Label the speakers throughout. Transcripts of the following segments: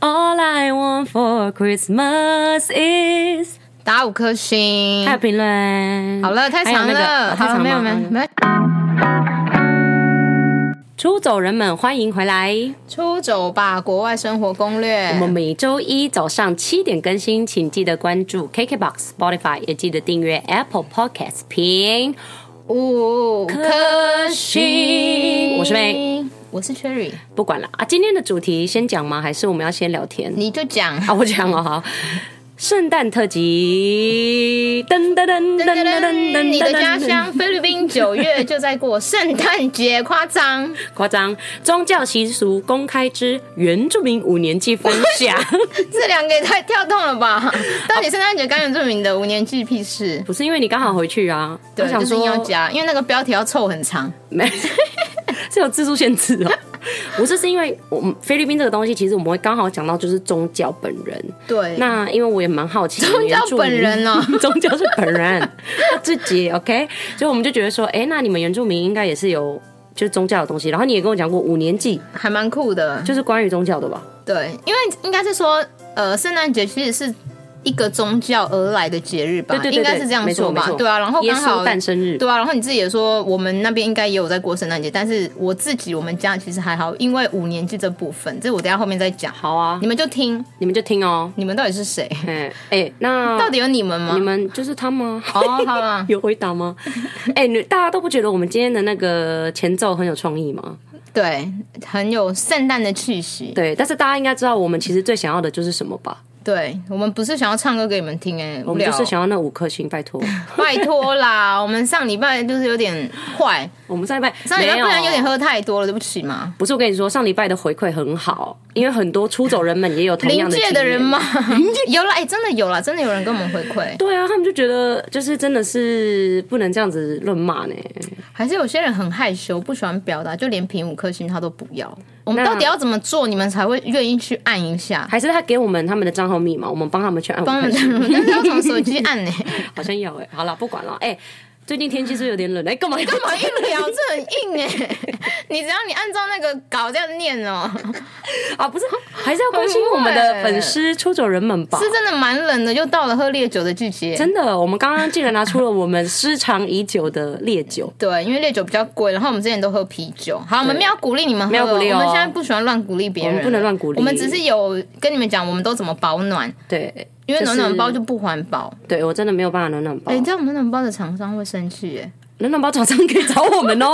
Speaker 1: All I want for Christmas is
Speaker 2: 打五颗星
Speaker 1: 还。有评论。
Speaker 2: 好了，太
Speaker 1: 嗯还有
Speaker 2: 长
Speaker 1: 那个
Speaker 2: 了，
Speaker 1: 哦太
Speaker 2: 好了，
Speaker 1: 长
Speaker 2: 没有
Speaker 1: 吗
Speaker 2: 没有
Speaker 1: 好的
Speaker 2: 没有。
Speaker 1: 出走人们，欢迎回来！
Speaker 2: 出走吧，国外生活攻略
Speaker 1: 我。们每周一早上七点更新，请记得关注 KKBOX、Spotify，也记得订阅 Apple Podcast 评。
Speaker 2: 五颗星，
Speaker 1: 我是妹，
Speaker 2: 我是 Cherry，
Speaker 1: 不管了啊，今天的主题先讲吗？还是我们要先聊天？
Speaker 2: 你就讲。
Speaker 1: 啊，我讲哦，好，圣诞特辑，噔噔噔噔噔噔噔噔，
Speaker 2: 你的家乡菲律宾九月就在过圣诞节，夸张！
Speaker 1: 夸张，宗教习俗公开之原住民五年级分 享，
Speaker 2: 这两个也太跳动了吧？到底圣诞节干原住民的五年级屁事？
Speaker 1: 不是因为你刚好回去啊？
Speaker 2: 对，
Speaker 1: 我想
Speaker 2: 就是
Speaker 1: 说
Speaker 2: 硬要加，因为那个标题要凑很长。
Speaker 1: 没是有字数限制哦。 不是，是因为我们菲律宾这个东西，其实我们会刚好讲到就是宗教本人。
Speaker 2: 对，
Speaker 1: 那因为我也蛮好奇，
Speaker 2: 宗教
Speaker 1: 原住民
Speaker 2: 本人哦
Speaker 1: 宗教是本人他自 己 OK，所以我们就觉得说，哎、那你们原住民应该也是有就是宗教的东西。然后你也跟我讲过五年级
Speaker 2: 还蛮酷的。
Speaker 1: 就是关于宗教的吧？
Speaker 2: 对，因为应该是说，呃，圣诞节其实是一个宗教而来的节日吧，
Speaker 1: 对对对对
Speaker 2: 应该是这样
Speaker 1: 没错
Speaker 2: 说吧
Speaker 1: 没，错
Speaker 2: 对啊，然后
Speaker 1: 耶
Speaker 2: 刚
Speaker 1: 稣
Speaker 2: 好
Speaker 1: 诞生日，
Speaker 2: 对啊，然后你自己也说，我们那边应该也有在过圣诞节，但是我自己我们家其实还好，因为五年级这部分，这我等一下后面再讲。
Speaker 1: 好啊
Speaker 2: 你，们就听，
Speaker 1: 你们就听哦。
Speaker 2: 你们到底是谁？
Speaker 1: 哎、哎、那
Speaker 2: 到底有你们吗
Speaker 1: 你？们就是他吗？
Speaker 2: 哦，好啦，
Speaker 1: 有回答 吗？哎、你大家都不觉得我们今天的那个前奏很有创意吗？
Speaker 2: 对，很有圣诞的气息。
Speaker 1: 对，但是大家应该知道我们其实最想要的就是什么吧？对
Speaker 2: 对，我们不是想要唱歌给你们听、哎，
Speaker 1: 我
Speaker 2: 无
Speaker 1: 们
Speaker 2: 聊
Speaker 1: 就，是想要那五颗星，拜 托。
Speaker 2: 拜托啦！我们上礼拜就是有点坏，
Speaker 1: 我们上礼拜
Speaker 2: 上礼拜
Speaker 1: 没
Speaker 2: 不然有点喝太多了，对不起嘛。
Speaker 1: 不是我跟你说，上礼拜的回馈很好，因为很多出走人们也有同
Speaker 2: 临
Speaker 1: 样的
Speaker 2: 界
Speaker 1: 经
Speaker 2: 的
Speaker 1: 验
Speaker 2: 人？嘛， 有啦，哎、真的有啦，真的有人跟我们回馈，
Speaker 1: 对啊，他们就觉得就是真的是不能这样子乱骂呢。
Speaker 2: 还是有些人很害羞，不喜欢表达，就连评五颗星他都不要。我们
Speaker 1: 那
Speaker 2: 到底要怎么做，你们才会愿意去按 一下？
Speaker 1: 还是他给我们他们的账号密码，我们帮他们去按五
Speaker 2: 帮我
Speaker 1: 颗
Speaker 2: 们，
Speaker 1: 星，
Speaker 2: 但是要从手机按呢、
Speaker 1: 好像要哎、好了，不管了哎、最近天气是不是有点冷哎，干、嘛
Speaker 2: 嗯干嘛硬聊？这很硬哎、 你只要你按照那个稿这样念哦、
Speaker 1: 啊？不是，还是要关心我们的粉丝出走人们吧。
Speaker 2: 欸是真的蛮冷的，又到了喝烈酒的季节。
Speaker 1: 真的，我们刚刚竟然拿出了我们失常已久的烈酒，
Speaker 2: 对，因为烈酒比较贵，然后我们之前都喝啤酒。好，我们没有鼓励你们喝，
Speaker 1: 没有鼓励哦
Speaker 2: 我们现在不喜欢乱鼓励别人，
Speaker 1: 我们不能乱鼓励
Speaker 2: 我们只是有跟你们讲，我们都怎么保暖，
Speaker 1: 对，
Speaker 2: 因为
Speaker 1: 就
Speaker 2: 暖
Speaker 1: 是
Speaker 2: 暖包就不环保。
Speaker 1: 对我真的没有办法暖暖包
Speaker 2: 哎、，你知道我们暖暖包的厂商会生气 耶、
Speaker 1: 暖暖包厂商可以找我们 哦，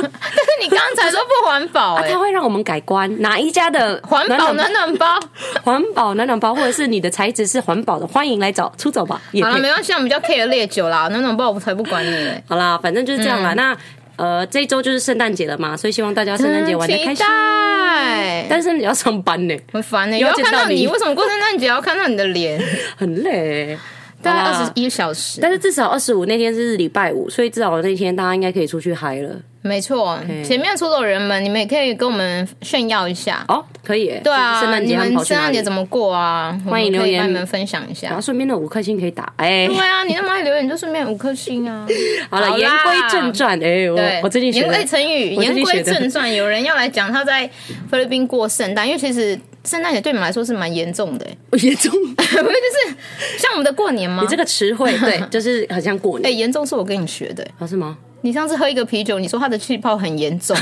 Speaker 2: 但是你刚才说不环保哎、
Speaker 1: 它会让我们改观哪一家的
Speaker 2: 环保
Speaker 1: 啊暖暖
Speaker 2: 暖暖包，
Speaker 1: 环保暖暖包，或者是你的材质是环保的，欢迎来找出走吧，也
Speaker 2: 好了，
Speaker 1: 可以
Speaker 2: 没关系，我们比较 care 烈酒啦，暖暖包我才不管 你嘞。
Speaker 1: 好啦，反正就是这样
Speaker 2: 嗯
Speaker 1: 啦。那呃，这一周就是圣诞节了嘛，所以希望大家圣诞节玩的开
Speaker 2: 嗯期
Speaker 1: 心。
Speaker 2: 待，
Speaker 1: 但是你要上班呢，
Speaker 2: 很烦呢、
Speaker 1: 又
Speaker 2: 有
Speaker 1: 要
Speaker 2: 要看
Speaker 1: 见到
Speaker 2: 到你，
Speaker 1: 你
Speaker 2: 为什么过圣诞节要看到你的 脸？
Speaker 1: 很累欸。
Speaker 2: 大概
Speaker 1: 好啦
Speaker 2: 二十一小时，
Speaker 1: 但是至少二十五那天是礼拜五，所以至少那天大家应该可以出去嗨了。
Speaker 2: 没错，前面出走人们，你们也可以跟我们炫耀一下。
Speaker 1: 哦，可以欸。
Speaker 2: 对啊，
Speaker 1: 圣诞节
Speaker 2: 你
Speaker 1: 他
Speaker 2: 们
Speaker 1: 跑去
Speaker 2: 圣
Speaker 1: 哪
Speaker 2: 诞
Speaker 1: 里
Speaker 2: 节？怎么过啊？
Speaker 1: 欢迎
Speaker 2: 我们可
Speaker 1: 留
Speaker 2: 以
Speaker 1: 言
Speaker 2: 帮你们分享一
Speaker 1: 然
Speaker 2: 下
Speaker 1: 后。顺便的五颗星可以打，哎、
Speaker 2: 对啊，你那么爱留言，你就顺便五颗星啊。
Speaker 1: 好了，
Speaker 2: 好啦
Speaker 1: 言归正传，哎、
Speaker 2: 对
Speaker 1: 我，我最近学
Speaker 2: 言
Speaker 1: 的
Speaker 2: 归成语，
Speaker 1: 我最
Speaker 2: 言
Speaker 1: 近学
Speaker 2: 归
Speaker 1: 的
Speaker 2: 正传，有人要来讲他在菲律宾过圣诞，因为其实圣诞节对你们来说是蛮严重的、欸，
Speaker 1: 严重，
Speaker 2: 不是就是像我们的过年吗
Speaker 1: 你？这个词汇 对，就是很像过
Speaker 2: 哎、
Speaker 1: 年，
Speaker 2: 严重是我跟你学的欸、
Speaker 1: 啊、是吗？
Speaker 2: 你上次喝一个啤酒，你说它的气泡很 严重，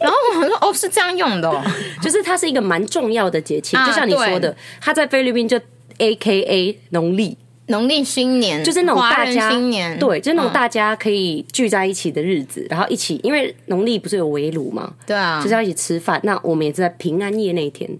Speaker 2: 然后我说哦是这样用的、哦，
Speaker 1: 就是它是一个蛮重要的节庆、
Speaker 2: 啊
Speaker 1: 就像你说的，它在菲律宾就 A K A 农历，
Speaker 2: 农历新年
Speaker 1: 就是那种
Speaker 2: 华
Speaker 1: 大
Speaker 2: 人
Speaker 1: 家
Speaker 2: 新年，
Speaker 1: 对，就是那种大家可以聚在一起的日子，然后一起，因为农历不是有围炉嘛，
Speaker 2: 对啊，
Speaker 1: 就是要一起吃饭。那我们也是在平安夜那一天，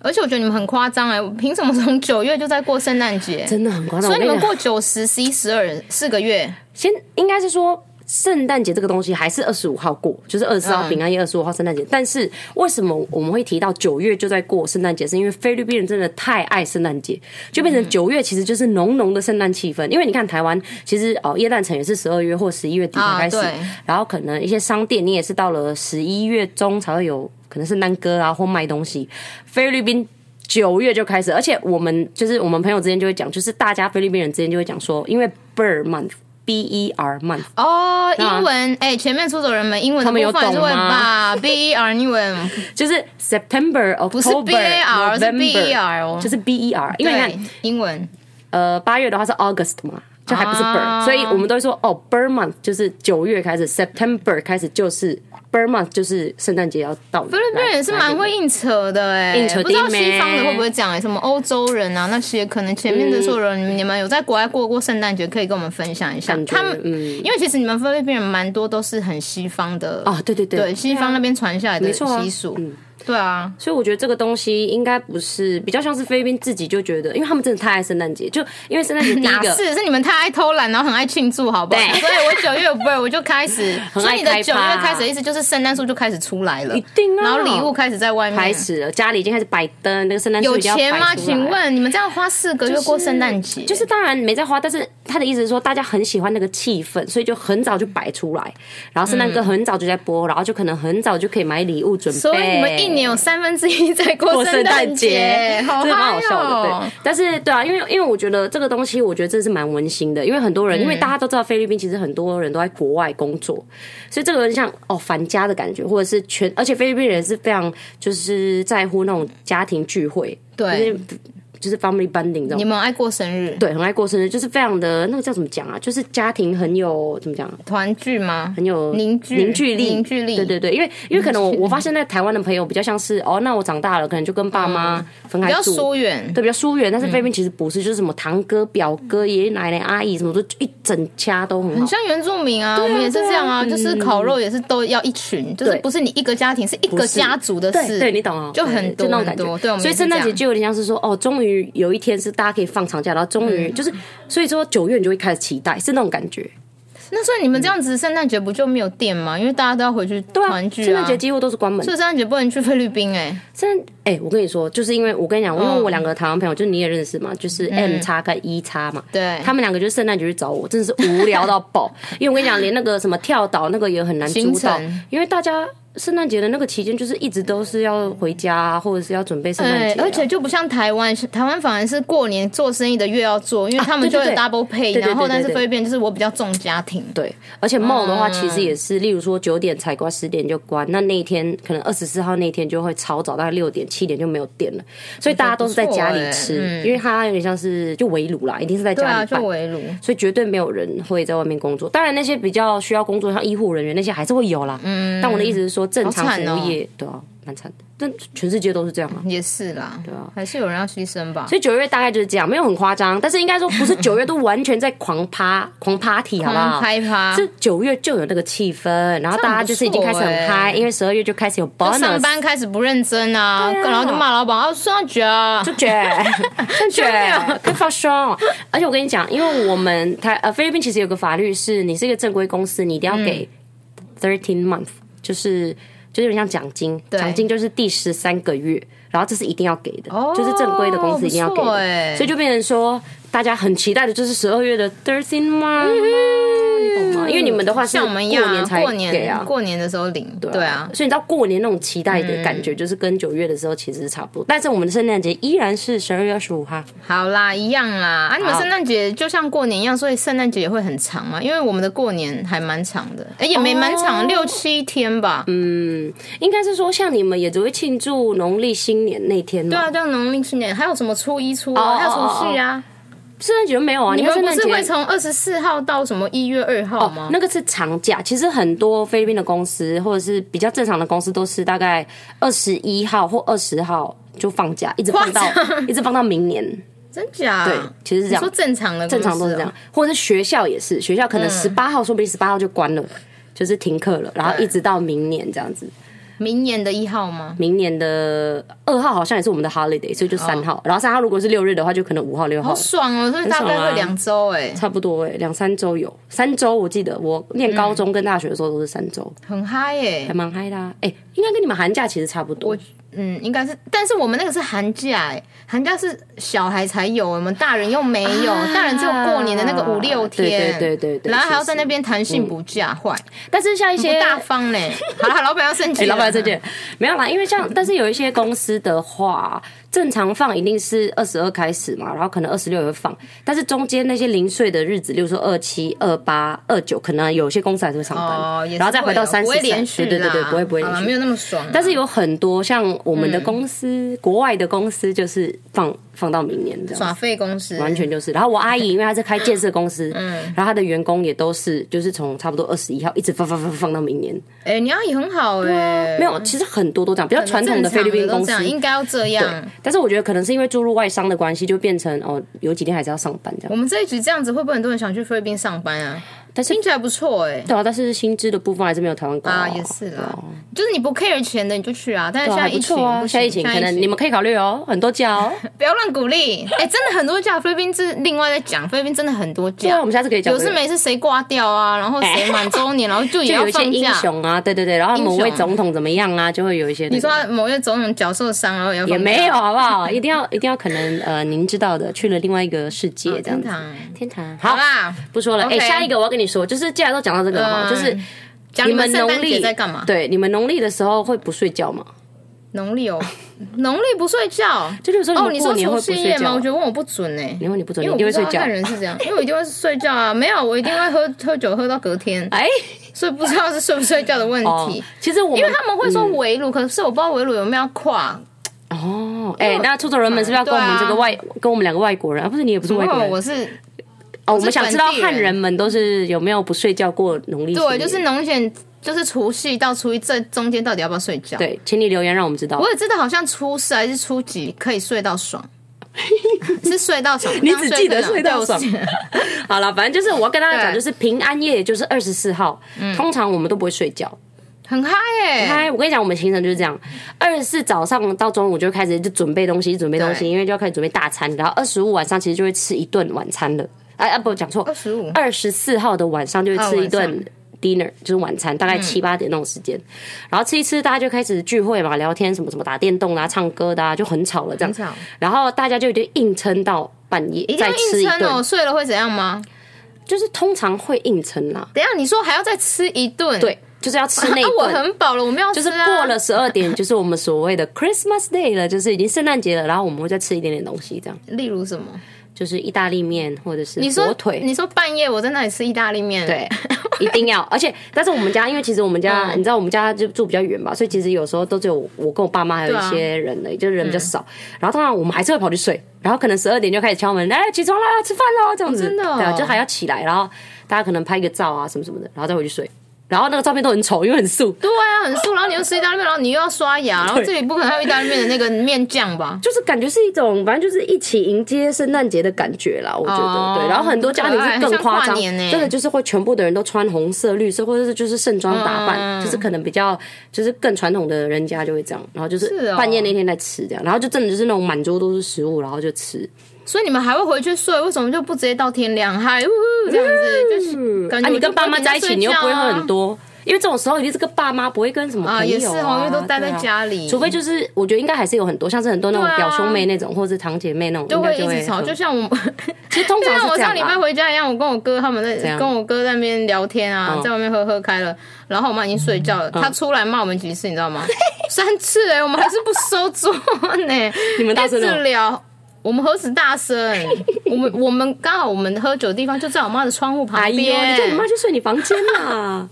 Speaker 2: 而且我觉得你们很夸张哎，我凭什么从九月就在过圣诞节？
Speaker 1: 真的很夸张。
Speaker 2: 所以你
Speaker 1: 我跟
Speaker 2: 们
Speaker 1: 你讲
Speaker 2: 过九、十、十一、十二四个月，
Speaker 1: 先应该是说。圣诞节这个东西还是二十五号过，就是二十四
Speaker 2: 嗯
Speaker 1: 号平安夜，二十五号圣诞节。但是为什么我们会提到九月就在过圣诞节？是因为菲律宾人真的太爱圣诞节，就变
Speaker 2: 嗯
Speaker 1: 成九月其实就是浓浓的圣诞气氛。因为你看台湾，其实哦耶诞城也是十二月或十一月底才
Speaker 2: 啊
Speaker 1: 开始，
Speaker 2: 对
Speaker 1: 然后可能一些商店你也是到了十一月中才会有，可能是南哥啊或卖东西。菲律宾九月就开始，而且我们就是我们朋友之间就会讲，就是大家菲律宾人之间就会讲说，因为 Burr month。 B E R month。
Speaker 2: 哦，英文哎、前面出走人们英文的
Speaker 1: 他们有
Speaker 2: 部分还是会
Speaker 1: 懂
Speaker 2: 吧
Speaker 1: 吗
Speaker 2: ？B E R 英文
Speaker 1: 就是 September、
Speaker 2: 不是
Speaker 1: October、
Speaker 2: BAR 是 BER 哦
Speaker 1: November，就是 B E R，因为你
Speaker 2: 对
Speaker 1: 看，
Speaker 2: 英文
Speaker 1: 呃，八月的话是 August 嘛，就还不是 Burr，、
Speaker 2: 啊
Speaker 1: 所以我们都会说哦，Burr month 就是九月开始，September 开始就是 Burr month，就是圣诞节要到了。
Speaker 2: 菲律宾人是蛮会硬扯的哎、
Speaker 1: 硬扯的
Speaker 2: 不知道西方的
Speaker 1: 咩
Speaker 2: 会不会讲哎、什么欧洲人啊那些，可能前面的所有人，你们有在国外过过圣诞节，可以跟我们分享一下
Speaker 1: 感。觉
Speaker 2: 他们、
Speaker 1: 嗯
Speaker 2: 因为其实你们菲律宾人蛮多都是很西方的
Speaker 1: 哦，对对对，
Speaker 2: 对西方那边传下来的
Speaker 1: 没错啊
Speaker 2: 习俗，
Speaker 1: 嗯
Speaker 2: 对啊，
Speaker 1: 所以我觉得这个东西应该不是比较像是菲律宾自己就觉得，因为他们真的太爱圣诞节，就因为圣诞节第一
Speaker 2: 哪
Speaker 1: 个
Speaker 2: 是是你们太爱偷懒，然后很爱庆祝，好不好？
Speaker 1: 对
Speaker 2: 所以我九月不会，我就开始，
Speaker 1: 很
Speaker 2: 所以
Speaker 1: 爱
Speaker 2: 你的
Speaker 1: 开
Speaker 2: 九
Speaker 1: 趴
Speaker 2: 月开始的意思就是圣诞树就开始出来了，
Speaker 1: 一定啊
Speaker 2: 然后礼物开始在外面
Speaker 1: 开。始了，家里已经开始摆灯，那个圣诞树
Speaker 2: 有
Speaker 1: 已经要
Speaker 2: 钱吗？
Speaker 1: 摆出来
Speaker 2: 请问你们这样花四个月过圣诞节，
Speaker 1: 就是当然没在花，但是他的意思是说，大家很喜欢那个气氛，所以就很早就摆出来，然后圣诞歌很早就在播，然后就可能很早就可以买礼物准备。
Speaker 2: 嗯所以你们一年有三分之一在 过
Speaker 1: 过
Speaker 2: 圣
Speaker 1: 圣
Speaker 2: 诞
Speaker 1: 诞
Speaker 2: 节
Speaker 1: 节，，
Speaker 2: 好
Speaker 1: 真的蛮好笑
Speaker 2: 嗨
Speaker 1: 的。
Speaker 2: 哦
Speaker 1: 对，但是对啊，因为因为我觉得这个东西，我觉得真的是蛮温馨的，因为很多人，因为大家都知道菲律宾其实很多人都在国外工作，所以这个很像哦返家的感觉，或者是全，而且菲律宾人是非常就是在乎那种家庭聚会，
Speaker 2: 对
Speaker 1: 就是就是 family bonding 这
Speaker 2: 你
Speaker 1: 种。
Speaker 2: 们有爱过生日
Speaker 1: 对，很爱过生日，就是非常的那个叫怎么讲啊？就是家庭很有怎么讲啊，
Speaker 2: 团聚吗？
Speaker 1: 很有
Speaker 2: 凝聚
Speaker 1: 凝聚力，
Speaker 2: 凝聚力
Speaker 1: 对对对，因为因为可能我我发现在台湾的朋友比较像是哦，那我长大了，可能就跟爸妈分
Speaker 2: 嗯比
Speaker 1: 开
Speaker 2: 较
Speaker 1: 住，
Speaker 2: 疏远，嗯
Speaker 1: 对，比较疏远。但是菲律宾其实不是，就是什么堂哥、表哥、爷爷奶奶、阿姨什么的，就一整家都很好
Speaker 2: 很。像原住民啊，我们也是这样啊，就是烤肉也是都要一群，就
Speaker 1: 嗯
Speaker 2: 是
Speaker 1: 对
Speaker 2: 不是你一个家庭，是一个
Speaker 1: 不是
Speaker 2: 家族的
Speaker 1: 对，
Speaker 2: 事，
Speaker 1: 对你懂哦，
Speaker 2: 就很
Speaker 1: 对
Speaker 2: 多
Speaker 1: 就那种
Speaker 2: 很
Speaker 1: 感
Speaker 2: 多
Speaker 1: 觉。
Speaker 2: 对我们
Speaker 1: 所以
Speaker 2: 也是
Speaker 1: 圣
Speaker 2: 这
Speaker 1: 诞
Speaker 2: 样
Speaker 1: 节就有点像是说，哦，终于有一天是大家可以放长假，然后终于就是，所以说九月你就会开始期待，是那种感觉。
Speaker 2: 那所以你们这样子圣诞节不就没有店吗？因为大家都要回去
Speaker 1: 嗯对啊，
Speaker 2: 团聚
Speaker 1: 圣诞节
Speaker 2: 所
Speaker 1: 几乎都是关门的
Speaker 2: 以。圣诞节不能去菲律宾哎、
Speaker 1: 真哎、我跟你说，就是因为我跟你讲，因
Speaker 2: 嗯
Speaker 1: 为我两个台湾朋友，就是你也认识嘛，就是 M 叉跟 E 叉嘛，
Speaker 2: 对
Speaker 1: 他们两个就是圣诞节去找我，真的是无聊到 爆。因为我跟你讲，连那个什么跳岛那个也很难
Speaker 2: 行
Speaker 1: 租到
Speaker 2: 程，
Speaker 1: 因为大家圣诞节的那个期间就是一直都是要回家、或者是要准备圣诞节
Speaker 2: 对，
Speaker 1: 啊、
Speaker 2: 而且就不像台湾，台湾反而是过年做生意的越要做，因为他们
Speaker 1: 啊
Speaker 2: 就
Speaker 1: 对
Speaker 2: 有
Speaker 1: 对对
Speaker 2: double pay，、
Speaker 1: 对对对
Speaker 2: 然后但是
Speaker 1: 对对
Speaker 2: 菲律宾就是我比较重家庭，
Speaker 1: 对，而且 mall 的话，其实也是，例如说九点才关，十点就关。那那一天可能二十四号那一天就会超早，大概六点、七点就没有店了，所以大家都是在家
Speaker 2: 不错欸
Speaker 1: 里吃，
Speaker 2: 嗯
Speaker 1: 因为它有点像是就围炉啦，一定是在
Speaker 2: 对
Speaker 1: 家
Speaker 2: 啊，
Speaker 1: 里
Speaker 2: 就
Speaker 1: 办。
Speaker 2: 围炉。
Speaker 1: 所以绝对没有人会在外面工作。当然，那些比较需要工作，像医护人员那些还是会有啦。嗯，但我的意思是说，正常
Speaker 2: 好
Speaker 1: 服
Speaker 2: 惨哦
Speaker 1: 务业、对啊，蛮惨的。但全世界都是这样啊。
Speaker 2: 也是啦，对
Speaker 1: 啊
Speaker 2: 还是有人要牺牲吧。
Speaker 1: 所以九月大概就是这样，没有很夸张，但是应该说不是九月都完全在狂趴、 狂 party 好不好？
Speaker 2: 嗨趴，
Speaker 1: 嗯是九月就有那个气氛，然后大家就是已经开始很
Speaker 2: 这样不错欸
Speaker 1: 嗨、因为十二月就开始有 bonus
Speaker 2: 上班开始不认真啊，
Speaker 1: 对啊
Speaker 2: 然后就骂老板啊，上学啊，
Speaker 1: 就卷，就卷，可以放松。而且我跟你讲，因为我们台呃菲律宾其实有个法律是，你是一个正规公司，你一
Speaker 2: 嗯
Speaker 1: 定要给 thirteen month，就是就是有点像奖金，
Speaker 2: 对
Speaker 1: 奖金就是第十三个月，然后这是一定要给的，
Speaker 2: 哦
Speaker 1: 就是正规的公司一定要给
Speaker 2: 不错
Speaker 1: 的
Speaker 2: 欸，
Speaker 1: 所以就变成说大家很期待的就是十二月的 thirteen month，你懂吗？因为你们的话是
Speaker 2: 像我们一样
Speaker 1: 过年才
Speaker 2: 过
Speaker 1: 给啊
Speaker 2: 年。过年的时候领，对啊，
Speaker 1: 所以你知道过年那种期待的感觉，就是跟九月的时候其实是差不多，但是我们的圣诞节依然是十二月二十五号。
Speaker 2: 好啦，一样啦。啊，你们
Speaker 1: 好
Speaker 2: 圣诞节就像过年一样，所以圣诞节也会很长嘛，因为我们的过年还蛮长的，哎，也没蛮
Speaker 1: 哦
Speaker 2: 长，六七天吧。嗯，
Speaker 1: 应该是说，像你们也只会庆祝农历新年那天
Speaker 2: 对
Speaker 1: 嘛。
Speaker 2: 啊，叫农历新年，还有什么初一、初二，
Speaker 1: 哦
Speaker 2: 还有除夕啊？
Speaker 1: 圣诞节没有啊？
Speaker 2: 你
Speaker 1: 你
Speaker 2: 们
Speaker 1: 看圣
Speaker 2: 不
Speaker 1: 诞
Speaker 2: 是会
Speaker 1: 节
Speaker 2: 从二十四号到什么一月二号吗？
Speaker 1: 呃那个是长假，其实很多菲律宾的公司或者是比较正常的公司都是大概二十一号或二十号就放假，一直放到
Speaker 2: 哇
Speaker 1: 一直放到明年。
Speaker 2: 真假？
Speaker 1: 对，其实是这
Speaker 2: 你说
Speaker 1: 样，
Speaker 2: 正常的公司哦，嗯
Speaker 1: 正常都是这样，或者是学校也是，学校可能十八号说不定十八号就关了。就是停课了，然后一直到明年这样子。
Speaker 2: 明年的一号吗？
Speaker 1: 明年的二号好像也是我们的 holiday，所以就三号。然后三号如果是六日的话，就可能五号、六号
Speaker 2: 好。爽哦，所以大
Speaker 1: 很
Speaker 2: 概
Speaker 1: 爽
Speaker 2: 会
Speaker 1: 啊
Speaker 2: 两周哎，
Speaker 1: 差不多哎、两三周有，三周我记得我念高中跟大学的时候都是三周，
Speaker 2: 很嗨哎
Speaker 1: 还。蛮嗨的、啊。哎、应该跟你们寒假其实差不多。
Speaker 2: 嗯，应该是，但是我们那个是寒假、欸，寒假是小孩才有，我们大人又没有，
Speaker 1: 啊
Speaker 2: 大人只有过年的那个五六
Speaker 1: 对对
Speaker 2: 天，
Speaker 1: 对对对
Speaker 2: 然后还要
Speaker 1: 确实
Speaker 2: 在那边谈性不嫁，坏、
Speaker 1: 但是像一
Speaker 2: 不
Speaker 1: 些
Speaker 2: 大 方嘞、好了，老板要生气
Speaker 1: 哎、
Speaker 2: 了，
Speaker 1: 老板再见。没有啦，因为像，但是有一些公司的话，正常放一定是二十二开始嘛，然后可能二十六也会放，但是中间那些零碎的日子，例如说二七、二八、二九，可能有些公司还是会上班，
Speaker 2: 哦，也是
Speaker 1: 嗯然后再回到
Speaker 2: 会
Speaker 1: 三
Speaker 2: 有
Speaker 1: 十，
Speaker 2: 不会连续啦，
Speaker 1: 对对对对，不会不会
Speaker 2: 好
Speaker 1: 连
Speaker 2: 啦
Speaker 1: 续，
Speaker 2: 没有那么爽啊、
Speaker 1: 但是有很多像我们
Speaker 2: 嗯
Speaker 1: 的公司，国外的公司就是放放到明年这样。
Speaker 2: 耍废公司，
Speaker 1: 完全就是，然后我阿姨因为她是开建设公司，嗯，然后她的员工也都是，就是从差不多二十一号一直放放放放到明年，
Speaker 2: 哎、你阿姨很好哎、
Speaker 1: 啊没有，其实很多都这样，比较传统的菲律宾公
Speaker 2: 正
Speaker 1: 司
Speaker 2: 常的都这样，嗯应该要这样。
Speaker 1: 但是我觉得可能是因为注入外商的关系，就变成哦，有几天还是要上班这样。
Speaker 2: 我们这一局这样子，会不会很多人想去菲律宾上班啊？
Speaker 1: 但是
Speaker 2: 听起来不错哎、
Speaker 1: 对啊，但是薪资的部分还是没有台湾高
Speaker 2: 啊，也是啦，就是你不 care 钱的你就去啊，但是
Speaker 1: 哦对啊，
Speaker 2: 现在
Speaker 1: 还不
Speaker 2: 疫情
Speaker 1: 错啊，
Speaker 2: 不行
Speaker 1: 现在疫情可能你们可以考虑哦，很多假 哦。
Speaker 2: 不要乱鼓励，哎、真的很多假，菲律宾是另外在讲，菲律宾真的很多
Speaker 1: 对啊，
Speaker 2: 假
Speaker 1: 我，们下次可以讲
Speaker 2: 有
Speaker 1: 这个。
Speaker 2: 事没事谁挂掉啊，然后谁满周年，然后就也
Speaker 1: 就
Speaker 2: 要
Speaker 1: 哎有一些
Speaker 2: 放
Speaker 1: 英
Speaker 2: 假。
Speaker 1: 雄啊，对对对，然后某位
Speaker 2: 英雄
Speaker 1: 总统怎么样啊，就会有一些那个、
Speaker 2: 你说他某些总统脚受伤，然后也要
Speaker 1: 也
Speaker 2: 放假
Speaker 1: 没有好不好？一定要一定要可能呃，您知道的，去了另外一个世界这样
Speaker 2: 天
Speaker 1: 子，
Speaker 2: 堂，
Speaker 1: 天堂。
Speaker 2: 好
Speaker 1: 好，
Speaker 2: 啦，
Speaker 1: 不说了。哎，
Speaker 2: OK
Speaker 1: 下一个我要跟你说，就是既然都讲到这个嘛，
Speaker 2: 嗯
Speaker 1: 就是
Speaker 2: 讲你们圣
Speaker 1: 农
Speaker 2: 诞节
Speaker 1: 历
Speaker 2: 在干嘛？
Speaker 1: 对，你们农历的时候会不睡觉吗？
Speaker 2: 农 历哦，农历不睡觉。
Speaker 1: 就比如说
Speaker 2: 哦，
Speaker 1: 们
Speaker 2: 你
Speaker 1: 过
Speaker 2: 说
Speaker 1: 年会
Speaker 2: 除
Speaker 1: 不
Speaker 2: 夕
Speaker 1: 睡
Speaker 2: 夜吗？
Speaker 1: 觉
Speaker 2: 我觉，得问我不准哎、
Speaker 1: 你问你不准，
Speaker 2: 因
Speaker 1: 你
Speaker 2: 为
Speaker 1: 一
Speaker 2: 我
Speaker 1: 定会
Speaker 2: 不知道
Speaker 1: 睡觉
Speaker 2: 看。人是这样，因为我一定会睡觉啊，没有，我一定会喝喝酒喝到隔天，
Speaker 1: 哎，
Speaker 2: 所以不知道是睡不睡觉的问
Speaker 1: 哦
Speaker 2: 题。，
Speaker 1: 其实我
Speaker 2: 因为他们会说围炉，可是我不知道围炉有没有要跨，
Speaker 1: 哦，哎，那出走人们是不是要跟我们这
Speaker 2: 啊
Speaker 1: 个外跟我们两个外国人啊？不是你也不是
Speaker 2: 因
Speaker 1: 外国
Speaker 2: 为
Speaker 1: 人
Speaker 2: 我是
Speaker 1: 哦，我
Speaker 2: 是
Speaker 1: 们想知道
Speaker 2: 本地人
Speaker 1: 汉人们都是有没有不睡觉过农历新
Speaker 2: 对，
Speaker 1: 年？
Speaker 2: 就是农闲，就是除夕到初一这中间到底要不要睡觉？
Speaker 1: 对，请你留言让我们知道
Speaker 2: 我。也知道，好像初四还是初几可以睡到爽， 是睡到爽。
Speaker 1: 你只记得睡到爽
Speaker 2: 对我记得
Speaker 1: 好了，反正就是我要跟大家讲，
Speaker 2: 对嗯
Speaker 1: 就是平安夜，也就是二十四号，通常我们都不会睡觉。
Speaker 2: 很嗨哎，
Speaker 1: 嗨，我跟你讲，我们行程就是这样：二十四早上到中午就开始就准备东西，准备东西，
Speaker 2: 对
Speaker 1: 因为就要开始准备大餐，然后二十五晚上其实就会吃一顿晚餐了。哎啊，不讲错，
Speaker 2: 二十五
Speaker 1: 二十四号的晚上就会
Speaker 2: 嗯哦
Speaker 1: 吃一
Speaker 2: 晚上嗯
Speaker 1: 顿 dinner，就是晚餐，大概七八点那种时间。然后吃一吃，大家就开始聚会嘛，聊天什么什么，打电动啦、唱歌的、啊，就很吵了这样。
Speaker 2: 很吵
Speaker 1: 然后大家就有点硬撑到半夜，
Speaker 2: 一定
Speaker 1: 再
Speaker 2: 要
Speaker 1: 吃
Speaker 2: 硬
Speaker 1: 一
Speaker 2: 撑哦，
Speaker 1: 顿，
Speaker 2: 睡了会怎样吗？
Speaker 1: 就是通常会硬撑啦。
Speaker 2: 等一下你说还要再吃一顿，
Speaker 1: 对，就是要吃那一
Speaker 2: 啊，我
Speaker 1: 顿。
Speaker 2: 很饱了，我们要
Speaker 1: 就
Speaker 2: 吃
Speaker 1: 是
Speaker 2: 啊
Speaker 1: 过了十二点， 就是我们所谓的 Christmas Day 了，就是已经圣诞节了，然后我们会再吃一点点东西，这样
Speaker 2: 例如什么？
Speaker 1: 就是意大利面或者是
Speaker 2: 你说
Speaker 1: 火腿，
Speaker 2: 你说半夜我在那里吃意大利面，
Speaker 1: 对，一定要。而且，但是我们家因为其实我们家，
Speaker 2: 嗯
Speaker 1: 你知道我们家就住比较远吧，所以其实有时候都只有我跟我爸妈还有一
Speaker 2: 啊
Speaker 1: 些人而已，就是人比较少。
Speaker 2: 嗯
Speaker 1: 然后通常我们还是会跑去睡，然后可能十二点就开始敲门，来起床啦，吃饭喽，这样子，
Speaker 2: 真的哦
Speaker 1: 对啊，就还要起来，然后大家可能拍个照啊什么什么的，然后再回去睡。然后那个照片都很丑，因为很素，
Speaker 2: 对啊，很素，然后你又吃意大利面，然后你又要刷牙，然后这里不可能还有意大利面的那个面酱吧？
Speaker 1: 就是感觉是一种，反正就是一起迎接圣诞节的感觉啦，我觉得、
Speaker 2: 哦
Speaker 1: 对。然后很多家庭是更夸
Speaker 2: 很可爱很像
Speaker 1: 张，
Speaker 2: 跨年欸
Speaker 1: 真的就是会全部的人都穿红色、绿色，或者是就是盛装打扮，
Speaker 2: 嗯
Speaker 1: 就是可能比较就是更传统的人家就会这样，然后就是
Speaker 2: 是哦
Speaker 1: 半夜那天在吃这样，然后就真的就是那种满桌都是食物，然后就吃。
Speaker 2: 所以你们还会回去睡？为什么就不直接到天亮？嗨，呜 这样子 就是感
Speaker 1: 啊，
Speaker 2: 觉
Speaker 1: 你跟爸妈在一起，你又不会喝很
Speaker 2: 多
Speaker 1: 多。因为这种时候一定是跟爸妈，不会跟什么朋友
Speaker 2: 啊，也是哦，因为都待在
Speaker 1: 对啊
Speaker 2: 家里，
Speaker 1: 除非就是，我觉得应该还是有很多，像是很多那种
Speaker 2: 对啊
Speaker 1: 表兄妹那种，或者是堂姐妹那种，
Speaker 2: 就
Speaker 1: 应该
Speaker 2: 会
Speaker 1: 就
Speaker 2: 一直吵，
Speaker 1: 喝
Speaker 2: 就像我。
Speaker 1: 其实通
Speaker 2: 就
Speaker 1: 常是
Speaker 2: 像我
Speaker 1: 这样
Speaker 2: 上
Speaker 1: 啦
Speaker 2: 礼拜回家一样，我跟我哥他们在
Speaker 1: 样嗯
Speaker 2: 跟我哥在那边聊天啊，在外面喝喝开了，然后我妈已经睡觉了，她出来骂我们几次，你知 道吗？三次哎、我们还是不收桌呢、
Speaker 1: 你们大声
Speaker 2: 一
Speaker 1: 哦
Speaker 2: 直聊。我们何止大声，我们我们刚好我们喝酒的地方就在我妈的窗户旁
Speaker 1: 哎呦，你叫你
Speaker 2: 边，
Speaker 1: 妈去睡你房间 啦！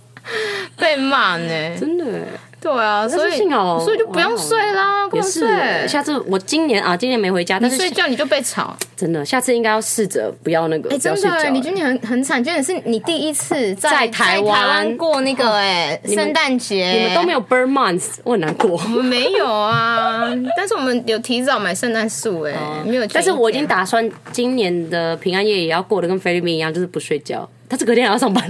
Speaker 2: 被骂呢、
Speaker 1: 真的耶，
Speaker 2: 对啊，所以
Speaker 1: 幸好哦
Speaker 2: 所以就不用睡啦，干
Speaker 1: 也
Speaker 2: 嘛
Speaker 1: 是耶。
Speaker 2: 睡？
Speaker 1: 下次我今年啊，今年没回家，但
Speaker 2: 睡
Speaker 1: 是
Speaker 2: 觉你就被吵，
Speaker 1: 真的，下次应该要试着不要那个，
Speaker 2: 哎、
Speaker 1: 不要
Speaker 2: 真
Speaker 1: 睡
Speaker 2: 的
Speaker 1: 觉
Speaker 2: 欸，
Speaker 1: 了。
Speaker 2: 你今年很很惨，今年是你第一次在
Speaker 1: 在台
Speaker 2: 台
Speaker 1: 湾
Speaker 2: 过那个哎、
Speaker 1: 们
Speaker 2: 圣诞节，
Speaker 1: 你们都没有 burn months，我很难过。
Speaker 2: 我们没有啊， 但是我们有提早买圣诞树哎，没有前一天，
Speaker 1: 但是我已经打算今年的平安夜也要过得跟菲律宾一样，就是不 睡觉，但是隔天还要上班，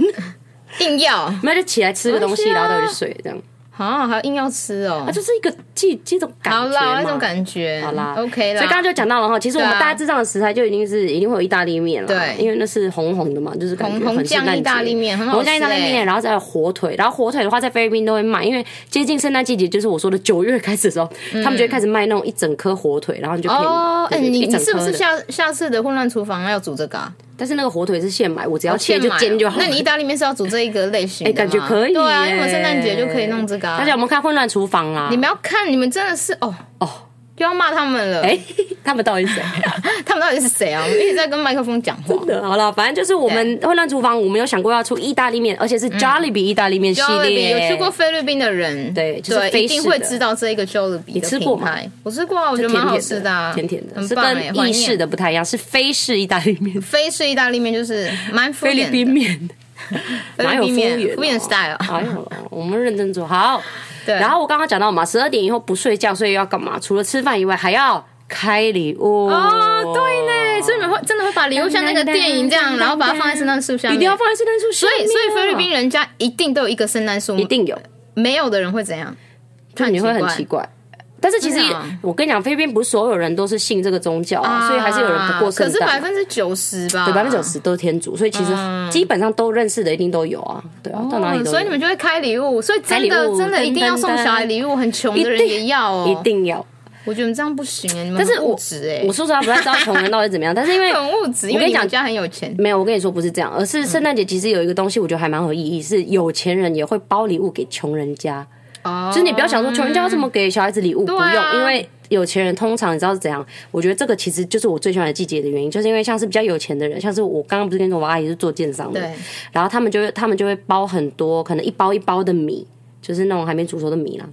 Speaker 2: 硬要
Speaker 1: 没有就起来吃个东西，
Speaker 2: 没关系啊
Speaker 1: 然后再回去睡，这样
Speaker 2: 啊，还硬要吃哦
Speaker 1: 它。就是一个这这种感觉
Speaker 2: 好啦，
Speaker 1: 嘛
Speaker 2: 那种感觉，
Speaker 1: 好啦
Speaker 2: 嗯，OK 啊啦。
Speaker 1: 所以刚刚就讲到了哈，其实我们
Speaker 2: 对啊
Speaker 1: 大家知道的食材就已经是一定会有意大利面了，
Speaker 2: 对
Speaker 1: 因为那是红红的嘛，就是感觉
Speaker 2: 红红
Speaker 1: 很圣诞
Speaker 2: 酱
Speaker 1: 节
Speaker 2: 意大利面很好吃
Speaker 1: 红酱意大利
Speaker 2: 欸
Speaker 1: 面，然后再有火腿，然后火腿的话在菲律宾都会卖，因为接近圣诞季节，就是我说的九月开始的时候，他们就会开始卖那种一整颗火腿，然后你就可以
Speaker 2: 哦，哎，
Speaker 1: 对对
Speaker 2: 你
Speaker 1: 一
Speaker 2: 你
Speaker 1: 整
Speaker 2: 是不
Speaker 1: 颗
Speaker 2: 是
Speaker 1: 的
Speaker 2: 下下次的混乱厨房要煮这个啊？
Speaker 1: 但是那个火腿是现买，我只要切
Speaker 2: 现
Speaker 1: 就
Speaker 2: 买哦
Speaker 1: 煎就好了。
Speaker 2: 那你意大利面是要煮这一个类型的
Speaker 1: 哎，
Speaker 2: 吗？
Speaker 1: 感觉可以耶，
Speaker 2: 对啊，因为我们圣诞节就可以弄这个啊
Speaker 1: 大。家我们看混乱厨房啊啦，
Speaker 2: 你们要看，你们真的是哦
Speaker 1: 哦，
Speaker 2: 又要骂他们了。
Speaker 1: 哎，他们到底是 谁？
Speaker 2: 他们到底是谁啊？我们一直在跟麦克风讲话。
Speaker 1: 真的，好了，反正就是我们混乱厨房，我们有想过要出意大利面，而且是 Jollibee 意大利 面系
Speaker 2: 嗯 Jollibee
Speaker 1: 列。
Speaker 2: 有去过菲律宾的人，
Speaker 1: 对就是
Speaker 2: 对，
Speaker 1: 非
Speaker 2: 一
Speaker 1: 式的
Speaker 2: 定会知道这一个 Jollibee 你
Speaker 1: 吃过吗？
Speaker 2: 我吃过啊，我觉得蛮好吃啊，
Speaker 1: 甜甜的，
Speaker 2: 很
Speaker 1: 是
Speaker 2: 棒哎，
Speaker 1: 跟
Speaker 2: 怀
Speaker 1: 意式
Speaker 2: 念。
Speaker 1: 的不太一样，是非式意大利面，
Speaker 2: 菲式意大利面就是蛮敷
Speaker 1: 菲律
Speaker 2: 衍
Speaker 1: 宾
Speaker 2: 的，
Speaker 1: 面，哪有
Speaker 2: 菲律宾
Speaker 1: 敷
Speaker 2: 面
Speaker 1: 衍？
Speaker 2: 敷衍 style
Speaker 1: 哎呦，我们认真做好。
Speaker 2: 对
Speaker 1: 然后我刚刚讲到嘛，十二点以后不睡觉，所以要干嘛？除了吃饭以外，还要开礼物。
Speaker 2: 哦，对呢，所以你们会真的会把礼物像那个电影这样，然后把它放在圣诞树下
Speaker 1: 一
Speaker 2: 面，
Speaker 1: 定要放在圣诞树下
Speaker 2: 所以
Speaker 1: 面啊
Speaker 2: 所以菲律宾人家一定都有一个圣诞树，
Speaker 1: 一定有，
Speaker 2: 没有的人会怎样？
Speaker 1: 就你会很奇怪。但是其实
Speaker 2: 真的啊
Speaker 1: 我跟你讲，菲律宾不是所有人都是信这个宗教啊，所以还是有人不过圣
Speaker 2: 可是
Speaker 1: 诞
Speaker 2: 百
Speaker 1: 啊。
Speaker 2: 分之九十吧，
Speaker 1: 对，百分之九十都是天主，所以其实基本上都认识的一定都有啊，对啊，到哪里
Speaker 2: 嗯哦
Speaker 1: 都有。
Speaker 2: 所以你们就会开礼物，所以
Speaker 1: 开
Speaker 2: 真
Speaker 1: 礼
Speaker 2: 的
Speaker 1: 物
Speaker 2: 真的一定要送小孩礼物，很穷的人也要哦。
Speaker 1: 一定要。
Speaker 2: 我觉得你们这样不行哎，你们
Speaker 1: 但是
Speaker 2: 很
Speaker 1: 我
Speaker 2: 物质哎，
Speaker 1: 我说实话不太知道穷人到底怎么样，但是 因为
Speaker 2: 很物质，因
Speaker 1: 我跟你
Speaker 2: 为你
Speaker 1: 讲
Speaker 2: 们家很有钱。
Speaker 1: 没有，我跟你说不是这样，而是圣诞节其实有一个东西，我觉得还蛮有意义，是有钱人也会包礼物给穷人家。
Speaker 2: 哦，
Speaker 1: 就是你不要想说穷人家要怎么给小孩子礼物，不
Speaker 2: 啊
Speaker 1: 用，因为有钱人通常你知道是怎样？我觉得这个其实就是我最喜欢的季节的原因，就是因为像是比较有钱的人，像是我刚刚不是跟你说我阿姨是做建商的
Speaker 2: 对，
Speaker 1: 然后他们就会他们就会包很多，可能一包一包的米。就是那种还没煮熟的 米啦，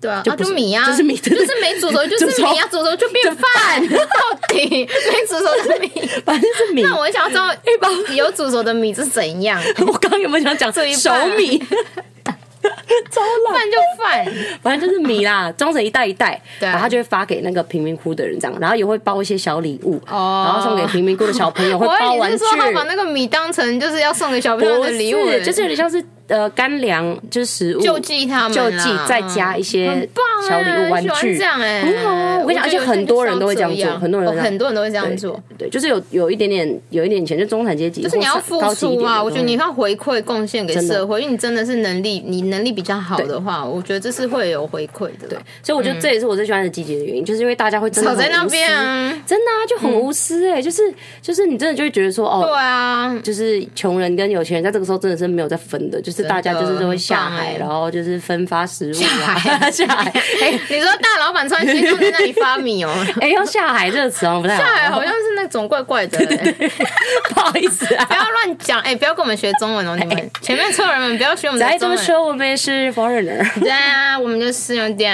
Speaker 2: 对啊，
Speaker 1: 就
Speaker 2: 啊
Speaker 1: 不
Speaker 2: 就是米啊，
Speaker 1: 就是米对对
Speaker 2: 就是没煮 熟就是
Speaker 1: 煮熟
Speaker 2: 米啊，煮熟就变 饭，到底没煮熟的米。
Speaker 1: 反正是米。
Speaker 2: 那我很想要知道
Speaker 1: 一包
Speaker 2: 有煮熟的米是怎 样，
Speaker 1: 我刚刚有没有想 讲
Speaker 2: 这一
Speaker 1: 熟
Speaker 2: 半
Speaker 1: 米？超老，
Speaker 2: 饭就饭，
Speaker 1: 反正就是米啦，装成一袋一袋，
Speaker 2: 对
Speaker 1: 然后他就会发给那个贫民窟的人这样，然后也会包一些小礼物，
Speaker 2: 哦
Speaker 1: 然后送给贫民窟的小朋友，会
Speaker 2: 我
Speaker 1: 包
Speaker 2: 以为
Speaker 1: 玩
Speaker 2: 你
Speaker 1: 具
Speaker 2: 是。说他把那个米当成就是要送给小朋友的礼物
Speaker 1: 不
Speaker 2: 了，
Speaker 1: 是，就是有点像是呃干粮，就是食物
Speaker 2: 救济他们啦，啊
Speaker 1: 救济，再加一些
Speaker 2: 很棒哎
Speaker 1: 小礼物、玩
Speaker 2: 喜欢
Speaker 1: 具
Speaker 2: 这，样哎，
Speaker 1: 很好啊我跟你讲
Speaker 2: 觉得
Speaker 1: 而且很多人都会这样做
Speaker 2: 就是要
Speaker 1: 很多人都这样
Speaker 2: 哦很多人都会这样做，
Speaker 1: 对，就是有有一点点有一点钱，就中产阶级，
Speaker 2: 就是你要
Speaker 1: 或
Speaker 2: 付
Speaker 1: 是高级一
Speaker 2: 出
Speaker 1: 点
Speaker 2: 啊，
Speaker 1: 的嗯
Speaker 2: 我觉得你要回馈贡献给
Speaker 1: 真的
Speaker 2: 社会，因为你真的是能力，你能力比较好的话，我觉得这是会有回馈的，对，
Speaker 1: 所以我觉得这也是我最喜欢的季节的原因，就是因为大家会真的
Speaker 2: 少嗯在
Speaker 1: 很
Speaker 2: 那
Speaker 1: 无私
Speaker 2: 边啊，嗯
Speaker 1: 真的啊，就很无私哎、就是就是你真的就会觉得说
Speaker 2: 对
Speaker 1: 哦。
Speaker 2: 啊，
Speaker 1: 就是穷人跟有钱人在这个时候真的是没有在分的，就是大家就是都会下海，
Speaker 2: 很棒欸
Speaker 1: 然后就是分发食物、啊，
Speaker 2: 下 海
Speaker 1: 下海，哎
Speaker 2: 你说大老板穿西装在那里发米 哦，
Speaker 1: 哎，要下海这个词好哦像不太好，
Speaker 2: 大海好像是那种怪怪的。哎
Speaker 1: 不好意思
Speaker 2: 不
Speaker 1: 啊。
Speaker 2: 要乱讲，哎、不要跟我们学中文哦！你们前面错人们 不要学我们
Speaker 1: 哎来
Speaker 2: 的
Speaker 1: 这
Speaker 2: 中
Speaker 1: 么
Speaker 2: 文。
Speaker 1: 说，我们也是 foreigner，
Speaker 2: 对啊，我们就是有 点，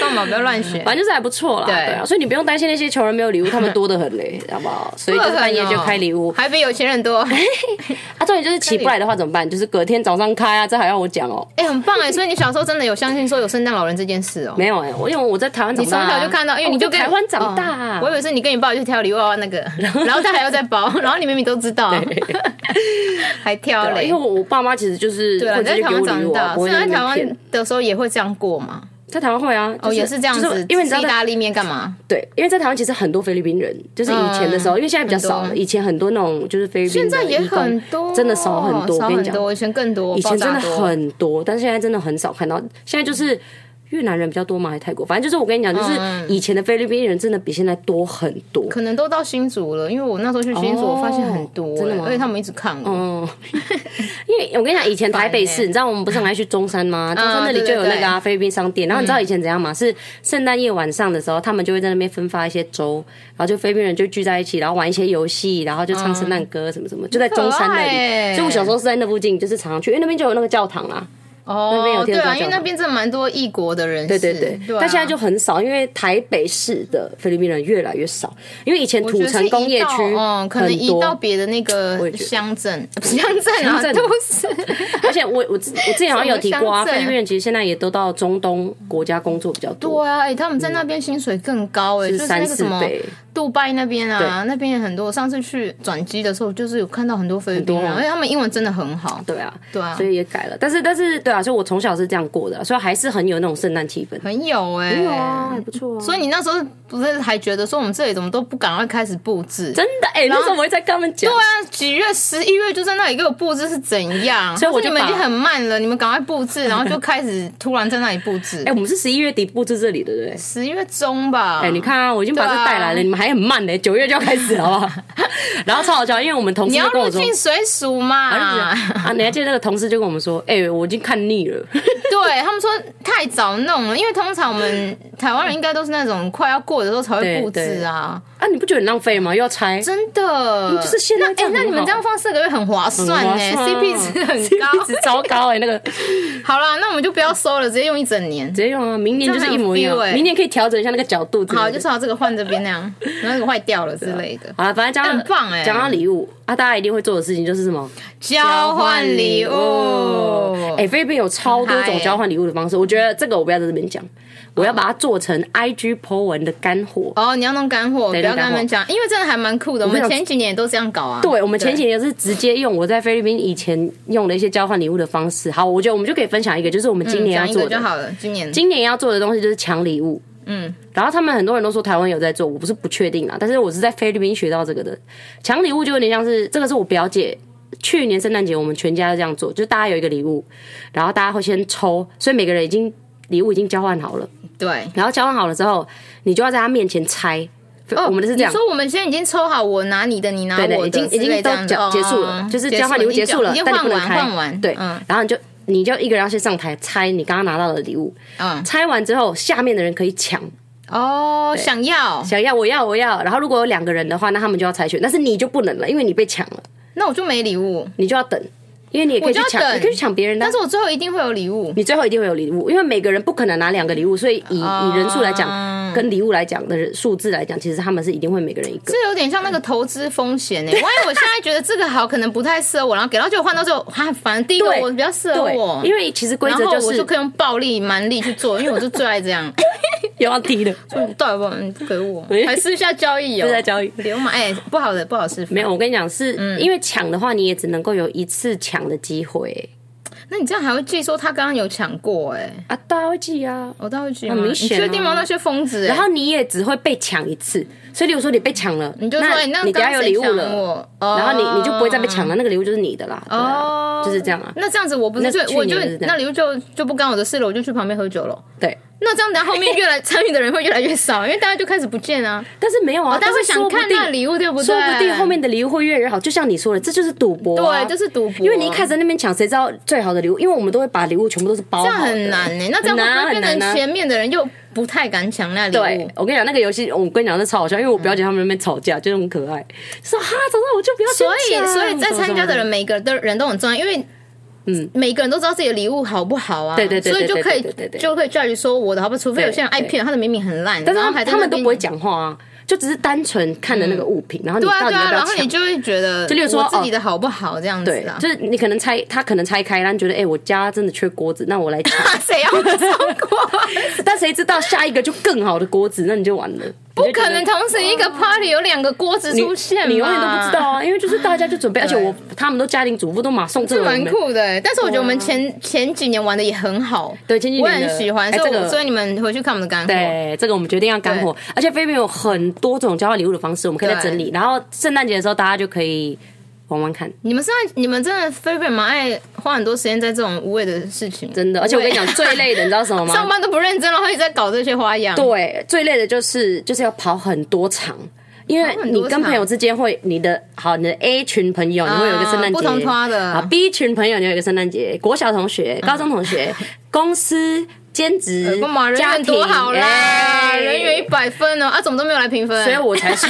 Speaker 2: 干嘛不要乱学？
Speaker 1: 反正就是还不错啦。
Speaker 2: 对
Speaker 1: 对啊，所以你不用担心那些穷人没有礼物，他们多的很 嘞，好不好？所以就是半夜就开礼物
Speaker 2: 哦还比有钱人 多。
Speaker 1: 啊。重点就是起不来的话怎么办？就是隔天早上开啊，这还要我讲哦？
Speaker 2: 哎、很棒哎！所以你小时候真的有相信说有圣诞老人这件事哦、
Speaker 1: 没有哎，我因为我在台湾长
Speaker 2: 你
Speaker 1: 大
Speaker 2: 从
Speaker 1: 啊，
Speaker 2: 小就看到，因为你
Speaker 1: 我
Speaker 2: 就
Speaker 1: 在
Speaker 2: 跟
Speaker 1: 台湾长大啊
Speaker 2: 哦。我以为是你跟你爸去挑礼物要 那个，然后他还要再包，然后你明明都知道， 还挑
Speaker 1: 对啊
Speaker 2: 嘞
Speaker 1: 因为。我爸妈其实就是
Speaker 2: 对啊，
Speaker 1: 会
Speaker 2: 你
Speaker 1: 直
Speaker 2: 在
Speaker 1: 接
Speaker 2: 台
Speaker 1: 给我
Speaker 2: 湾
Speaker 1: 礼
Speaker 2: 长
Speaker 1: 物啊，
Speaker 2: 大，
Speaker 1: 不
Speaker 2: 所
Speaker 1: 会
Speaker 2: 以
Speaker 1: 在那
Speaker 2: 在
Speaker 1: 边
Speaker 2: 台湾
Speaker 1: 骗
Speaker 2: 的时候也会这样过嘛？
Speaker 1: 在台湾会啊，
Speaker 2: 哦，也是这样
Speaker 1: 就
Speaker 2: 子，
Speaker 1: 因为你知道
Speaker 2: 吃
Speaker 1: 在
Speaker 2: 意大利面干嘛？
Speaker 1: 对，因为在台湾其实很多菲律宾人，就是以前的时候，因为现在比较少
Speaker 2: 嗯
Speaker 1: 了，
Speaker 2: 很多
Speaker 1: 以前很多那种就是菲律宾
Speaker 2: 现
Speaker 1: 的
Speaker 2: 在也
Speaker 1: 移工
Speaker 2: 很多，
Speaker 1: 真的少很多。
Speaker 2: 少
Speaker 1: 我跟你
Speaker 2: 很
Speaker 1: 讲，
Speaker 2: 多，以前更多，
Speaker 1: 以前真
Speaker 2: 爆
Speaker 1: 的
Speaker 2: 炸多
Speaker 1: 很多，但是现在真的很少看到。现在就是越南人比较多嘛，还是泰国？反正就是我跟你讲，就是
Speaker 2: 嗯
Speaker 1: 以前的菲律宾人真的比现在多很多。
Speaker 2: 可能都到新竹了，因为我那时候去新竹，
Speaker 1: 哦
Speaker 2: 我发现很多、欸
Speaker 1: 真的吗
Speaker 2: 而且他们一直看我。
Speaker 1: 嗯，因为我跟你讲，以前台北
Speaker 2: 烦
Speaker 1: 市，
Speaker 2: 欸
Speaker 1: 你知道我们不是很爱去中山吗？中山那里就有那个、啊、菲律宾商店。然后你知道以前怎样吗？是圣诞夜晚上的时候，他们就会在那边分发一些粥，然后就菲律宾人就聚在一起，然后玩一些游戏，然后就唱圣诞歌什么
Speaker 2: 嗯
Speaker 1: 什么，就在中山那
Speaker 2: 可爱
Speaker 1: 里。
Speaker 2: 欸
Speaker 1: 所以我小时候是在那附近，就是常常去，因为那边就有那个教堂啊。那边有
Speaker 2: 哦，
Speaker 1: 天
Speaker 2: 对
Speaker 1: 主教
Speaker 2: 啊，因为
Speaker 1: 教
Speaker 2: 那
Speaker 1: 堂
Speaker 2: 边真的蛮多异国的人
Speaker 1: 对
Speaker 2: 士，
Speaker 1: 对对，
Speaker 2: 啊
Speaker 1: 但现在就很少，因为台北市的菲律宾人越来越少，因为以前
Speaker 2: 我觉
Speaker 1: 土
Speaker 2: 得是
Speaker 1: 城
Speaker 2: 移
Speaker 1: 工业
Speaker 2: 到
Speaker 1: 区
Speaker 2: 嗯，可能
Speaker 1: 很
Speaker 2: 移
Speaker 1: 多。
Speaker 2: 到别的那
Speaker 1: 我也
Speaker 2: 个
Speaker 1: 觉得
Speaker 2: 乡镇，不是乡镇啊，
Speaker 1: 乡镇
Speaker 2: 都是
Speaker 1: 而且我我之我之前好像有提过啊，
Speaker 2: 什么乡镇
Speaker 1: 菲律宾人其实现在也都到中东国家工作比较多，
Speaker 2: 对啊，哎，他们在那边薪水更高哎，就是那
Speaker 1: 三
Speaker 2: 个
Speaker 1: 嗯四
Speaker 2: 什么
Speaker 1: 倍。
Speaker 2: 杜拜那边啊，那边也很多。我上次去转机的时候，就是有看到很多菲律宾人，哎
Speaker 1: 很多哦
Speaker 2: 而且他们英文真的很好，
Speaker 1: 对啊，
Speaker 2: 对啊
Speaker 1: 所以也改了，但是但是对对啊，所以我从小是这样过的，所以还是很有那种圣诞气氛。
Speaker 2: 很有哎、
Speaker 1: 没有啊，还不错啊。
Speaker 2: 所以你那时候不是还觉得说我们这里怎么都不赶快开始布置？
Speaker 1: 真的哎、那时候我会在跟他们讲
Speaker 2: 对，啊，几月十一月就在那里给我布置是怎样？
Speaker 1: 所以我就
Speaker 2: 他说
Speaker 1: 把
Speaker 2: 你们已经很慢了，你们赶快布置，然后就开始突然在那里布置
Speaker 1: 哎、。我们是十一月底布置这里的，对不对？
Speaker 2: 十一月中吧，
Speaker 1: 哎、你看啊，我已经把这
Speaker 2: 对啊
Speaker 1: 带来了，你们还很慢呢、九月就要开始了，好不好？ 然后超好笑，因为我们同事
Speaker 2: 你
Speaker 1: 就
Speaker 2: 要
Speaker 1: 跟我
Speaker 2: 入
Speaker 1: 说，
Speaker 2: 境水署嘛？
Speaker 1: 啊，你还记得那个同事就跟我们说，哎、我已经看腻了，
Speaker 2: 对他们说太早弄了，因为通常我们台湾人应该都是那种快要过的时候才会布置啊，
Speaker 1: 啊，你不觉得很浪费吗？又要拆，
Speaker 2: 真的。
Speaker 1: 就是现在这
Speaker 2: 哎、
Speaker 1: 样很好、
Speaker 2: 那你们这样放四个月很划算呢、
Speaker 1: 很划
Speaker 2: c
Speaker 1: 算啊
Speaker 2: p 值很 高。
Speaker 1: 一直糟糕哎、那个直
Speaker 2: 好啦，那我们就不要收了，直接用一整年。
Speaker 1: 接用啊，明年就是一模一样
Speaker 2: 这样很有 feel，欸
Speaker 1: 明年可以调整一下那个角度之类的。
Speaker 2: 好，就是把这个换这边那样，然后那个坏掉了之类的。
Speaker 1: 好了，反正讲到
Speaker 2: 很棒欸
Speaker 1: 讲到礼物啊，大家一定会做的事情就是什么
Speaker 2: 交哦换礼物，
Speaker 1: 哎、菲律宾有超多种交换礼物的方式，我觉得这个我不要在这边讲，我要把它做成 IG po 文的干货。
Speaker 2: 哦，你要弄干货，不要
Speaker 1: 弄
Speaker 2: 跟
Speaker 1: 干货
Speaker 2: 他们讲，因为真的还蛮酷的。我们
Speaker 1: 跟你
Speaker 2: 前几年也都这样搞啊。
Speaker 1: 对，我们前几年是直接用我在菲律宾以前用的一些交换礼物的方式。好，我觉得我们就可以分享一个，就是我们今年
Speaker 2: 嗯讲
Speaker 1: 要
Speaker 2: 一
Speaker 1: 做
Speaker 2: 个
Speaker 1: 的
Speaker 2: 就，好了。今年
Speaker 1: 今年要做的东西就是抢礼物。
Speaker 2: 嗯，
Speaker 1: 然后他们很多人都说台湾有在做，我不是不确定啊啦，但是我是在菲律宾学到这个的。抢礼物就有点像是这个是我表姐。去年圣诞节我们全家都这样做，就大家有一个礼物，然后大家会先抽，所以每个人已经礼物已经交换好了，
Speaker 2: 对，
Speaker 1: 然后交换好了之后，你就要在他面前猜。我们的是这样
Speaker 2: 哦你，说我们现在已经抽好，我拿你的，你拿我
Speaker 1: 对
Speaker 2: 的，
Speaker 1: 对，已经已
Speaker 2: 之
Speaker 1: 经
Speaker 2: 类
Speaker 1: 都
Speaker 2: 这样子
Speaker 1: 结结束了
Speaker 2: 哦，
Speaker 1: 就是交换礼物结束了
Speaker 2: 已经，
Speaker 1: 但你不
Speaker 2: 换
Speaker 1: 能
Speaker 2: 完
Speaker 1: 开
Speaker 2: 换完，
Speaker 1: 对，
Speaker 2: 嗯
Speaker 1: 然后你就你就一个人要先上台猜你刚刚拿到的礼物，
Speaker 2: 嗯，
Speaker 1: 猜完之后下面的人可以抢，
Speaker 2: 哦，想要，
Speaker 1: 想要我要我要，然后如果有两个人的话，那他们就要猜拳，但是你就不能了，因为你被抢了，
Speaker 2: 那我就没礼物，
Speaker 1: 你就要等，因为你也可以去
Speaker 2: 我就要
Speaker 1: 抢，
Speaker 2: 等
Speaker 1: 你可以去抢别人的
Speaker 2: 但。是我最后一定会有礼物。
Speaker 1: 你最后一定会有礼物，因为每个人不可能拿两个礼物，所以以以人数来讲，跟礼物来讲的人数字来讲，其实他们是一定会每个人一个。
Speaker 2: 这有点像那个投资风险哎、欸，万一我现在觉得这个好，可能不太适合我，然后给到就换到最后，哈，反正第一个
Speaker 1: 对
Speaker 2: 我比较适合
Speaker 1: 对
Speaker 2: 我，，
Speaker 1: 因为其实规
Speaker 2: 然
Speaker 1: 则
Speaker 2: 后
Speaker 1: 就
Speaker 2: 我
Speaker 1: 是
Speaker 2: 就可以用暴力蛮力去做，因为我就最爱 这样。
Speaker 1: 又要低的，
Speaker 2: 就到底要不要你不给我，还私下交易哦，
Speaker 1: 私下交易
Speaker 2: 流氓哎、不好的不好示范。
Speaker 1: 没有，我跟你讲，是、
Speaker 2: 嗯
Speaker 1: 因为抢的话，你也只能够有一次抢的机会
Speaker 2: 那你这样还会记说他刚刚有抢过哎、
Speaker 1: 啊，大家会记啊。
Speaker 2: 我倒会记吗？
Speaker 1: 很明
Speaker 2: 你
Speaker 1: 显啊
Speaker 2: 确定吗？那些疯子、欸，
Speaker 1: 然后你也只会被抢一次，所以比如说你被抢了，
Speaker 2: 你就说哎，
Speaker 1: 那
Speaker 2: 那
Speaker 1: 你等
Speaker 2: 刚
Speaker 1: 下有
Speaker 2: 刚谁
Speaker 1: 礼物
Speaker 2: 抢
Speaker 1: 了，
Speaker 2: 我，哦
Speaker 1: 然后你你就不会再被抢了，那个礼物就是你的啦，对啊
Speaker 2: 哦，
Speaker 1: 就是这样啊，
Speaker 2: 那这样子，我不是就
Speaker 1: 那去
Speaker 2: 我就
Speaker 1: 年就是这样
Speaker 2: 那礼物就就不干我的事了，我就去旁边喝酒了。
Speaker 1: 对。
Speaker 2: 那这样，等下后面越来 参与的人会越来越少，因为大家就开始不见啊。
Speaker 1: 但是没有啊，
Speaker 2: 哦但是
Speaker 1: 说
Speaker 2: 想
Speaker 1: 不
Speaker 2: 看
Speaker 1: 定
Speaker 2: 那礼物，对不对？
Speaker 1: 说不定后面的礼物会越来越好，就像你说的，这就是赌博啊，
Speaker 2: 对，这是赌博，
Speaker 1: 因为你一开始在那边抢，谁知道最好的礼物？因为我们都会把礼物全部都是包
Speaker 2: 这
Speaker 1: 哦好
Speaker 2: 样
Speaker 1: 的，
Speaker 2: 很难欸呢、那这样会不会
Speaker 1: 很
Speaker 2: 变
Speaker 1: 难很难
Speaker 2: 成
Speaker 1: 啊
Speaker 2: 前面的人又不太敢抢那礼
Speaker 1: 对
Speaker 2: 物？，
Speaker 1: 我跟你讲，那个游戏，我跟你讲，那超好笑，因为我表姐他们那边吵架，就是很可爱，说哈，早上我就不要先
Speaker 2: 所以，
Speaker 1: 抢
Speaker 2: 所以在参加的，人，每个都人都很重要，因为。嗯，每个人都知道自己的礼物好不好啊，
Speaker 1: 对对对
Speaker 2: 所以
Speaker 1: 对
Speaker 2: 就可以
Speaker 1: 对对对对
Speaker 2: 就可以 judge 说我的好不好，除非有些人爱骗，他的明明很烂，
Speaker 1: 但是
Speaker 2: 然
Speaker 1: 他
Speaker 2: 后还
Speaker 1: 们
Speaker 2: 在
Speaker 1: 他们
Speaker 2: 那
Speaker 1: 都
Speaker 2: 边
Speaker 1: 不会讲话啊，就只是单纯看着那个物品，然后你
Speaker 2: 对啊
Speaker 1: 到底
Speaker 2: 对
Speaker 1: 要
Speaker 2: 啊，
Speaker 1: 不要
Speaker 2: 然后你
Speaker 1: 抢？
Speaker 2: 就会觉得，
Speaker 1: 就例如说哦
Speaker 2: 我自己的好不好这样子
Speaker 1: 对
Speaker 2: 啊，。
Speaker 1: 就是你可能拆，他可能拆开，然后觉得哎、我家真的缺锅子，那我 来抢。
Speaker 2: 谁要超 过？
Speaker 1: 但谁知道下一个就更好的锅子，那你就完 了。
Speaker 2: 不可能同时一个 party 有两个锅子
Speaker 1: 你
Speaker 2: 出现嘛
Speaker 1: 哦你永远都不知道啊，因为就是大家就准备，而且我他们都家庭主妇都马送这
Speaker 2: 是
Speaker 1: 个
Speaker 2: 蛮酷的欸，但是我觉得我们前前几年玩的也很好，
Speaker 1: 啊对前几年
Speaker 2: 我
Speaker 1: 的
Speaker 2: 很喜欢，
Speaker 1: 哎
Speaker 2: 所以
Speaker 1: 这
Speaker 2: 我
Speaker 1: 个
Speaker 2: 所以你们回去看我们的干货，
Speaker 1: 对，这个我们决定要干货，而且菲律宾有很多种交换礼物的方式，我们可以再整理。然后圣诞节的时候，大家就可以玩玩看，
Speaker 2: 你们现在你们真的菲律宾蛮爱花很多时间在这种无谓的事情，
Speaker 1: 真的。而且我跟你讲，最累的你知道什 么
Speaker 2: 上
Speaker 1: 吗？
Speaker 2: 班都不认真，然后一直在搞这些花样，
Speaker 1: 对，最累的就是就是要跑很多场。因为
Speaker 2: 跑很多啊
Speaker 1: 你跟朋友之间会，你的好，你的 A 群朋友你会有一个圣诞节，
Speaker 2: 不同团的啊
Speaker 1: 啊，B 群朋友你有一个圣诞节，国小同学、高中同 学、公司兼职
Speaker 2: 干呃嘛人
Speaker 1: 家
Speaker 2: 缘
Speaker 1: 庭
Speaker 2: 多好啦，
Speaker 1: 哎
Speaker 2: 人缘一百分哦，啊，怎么都没有来评 分，
Speaker 1: 所以我才 说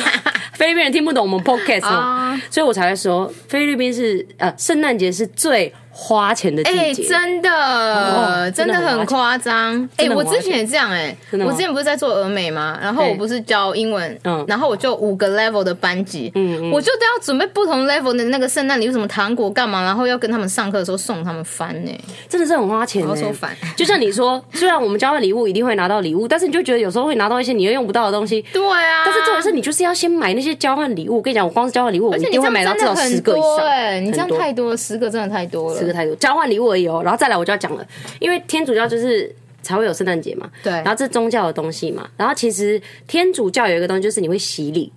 Speaker 1: 菲律宾人听不懂我们 podcast 嘛
Speaker 2: 啊，
Speaker 1: 所以我才会说菲律宾是呃圣诞节是最花钱的
Speaker 2: 哎、
Speaker 1: 季节。
Speaker 2: 真的、
Speaker 1: 哦
Speaker 2: 真
Speaker 1: 真
Speaker 2: 的
Speaker 1: 的很
Speaker 2: 很夸张。哎、
Speaker 1: 真的很
Speaker 2: 我
Speaker 1: 花钱
Speaker 2: 之前也这样哎、
Speaker 1: 真的
Speaker 2: 我
Speaker 1: 吗
Speaker 2: 之前不是在做俄美吗？然后
Speaker 1: 对
Speaker 2: 我不是教英文，
Speaker 1: 嗯
Speaker 2: 然后我就五个 level 的班级，我就都要准备不同 level 的那个圣诞礼物，什么糖果干嘛，然后要跟他们上课的时候送他们翻呢、
Speaker 1: 真的是很花钱、
Speaker 2: 好手
Speaker 1: 欸
Speaker 2: 烦。
Speaker 1: 就像你说，虽然我们交换礼物一定会拿到礼物，但是你就觉得有时候会拿到一些你又用不到的东西。
Speaker 2: 对啊，
Speaker 1: 但是重点是你就是要先买那些交换礼物。我跟你讲，我光是交换礼物，我
Speaker 2: 而且
Speaker 1: 一
Speaker 2: 你
Speaker 1: 定
Speaker 2: 这
Speaker 1: 会
Speaker 2: 样
Speaker 1: 买到
Speaker 2: 真
Speaker 1: 至
Speaker 2: 的
Speaker 1: 少
Speaker 2: 很
Speaker 1: 十个以
Speaker 2: 多
Speaker 1: 上。
Speaker 2: 哎、你这样
Speaker 1: 很多
Speaker 2: 太多了，十个真的太多了。
Speaker 1: 这个态度，交换礼物而已哦。然后再来我就要讲了，因为天主教就是才会有圣诞节嘛，
Speaker 2: 对
Speaker 1: 然后这是宗教的东西嘛，然后其实天主教有一个东西就是你会洗礼。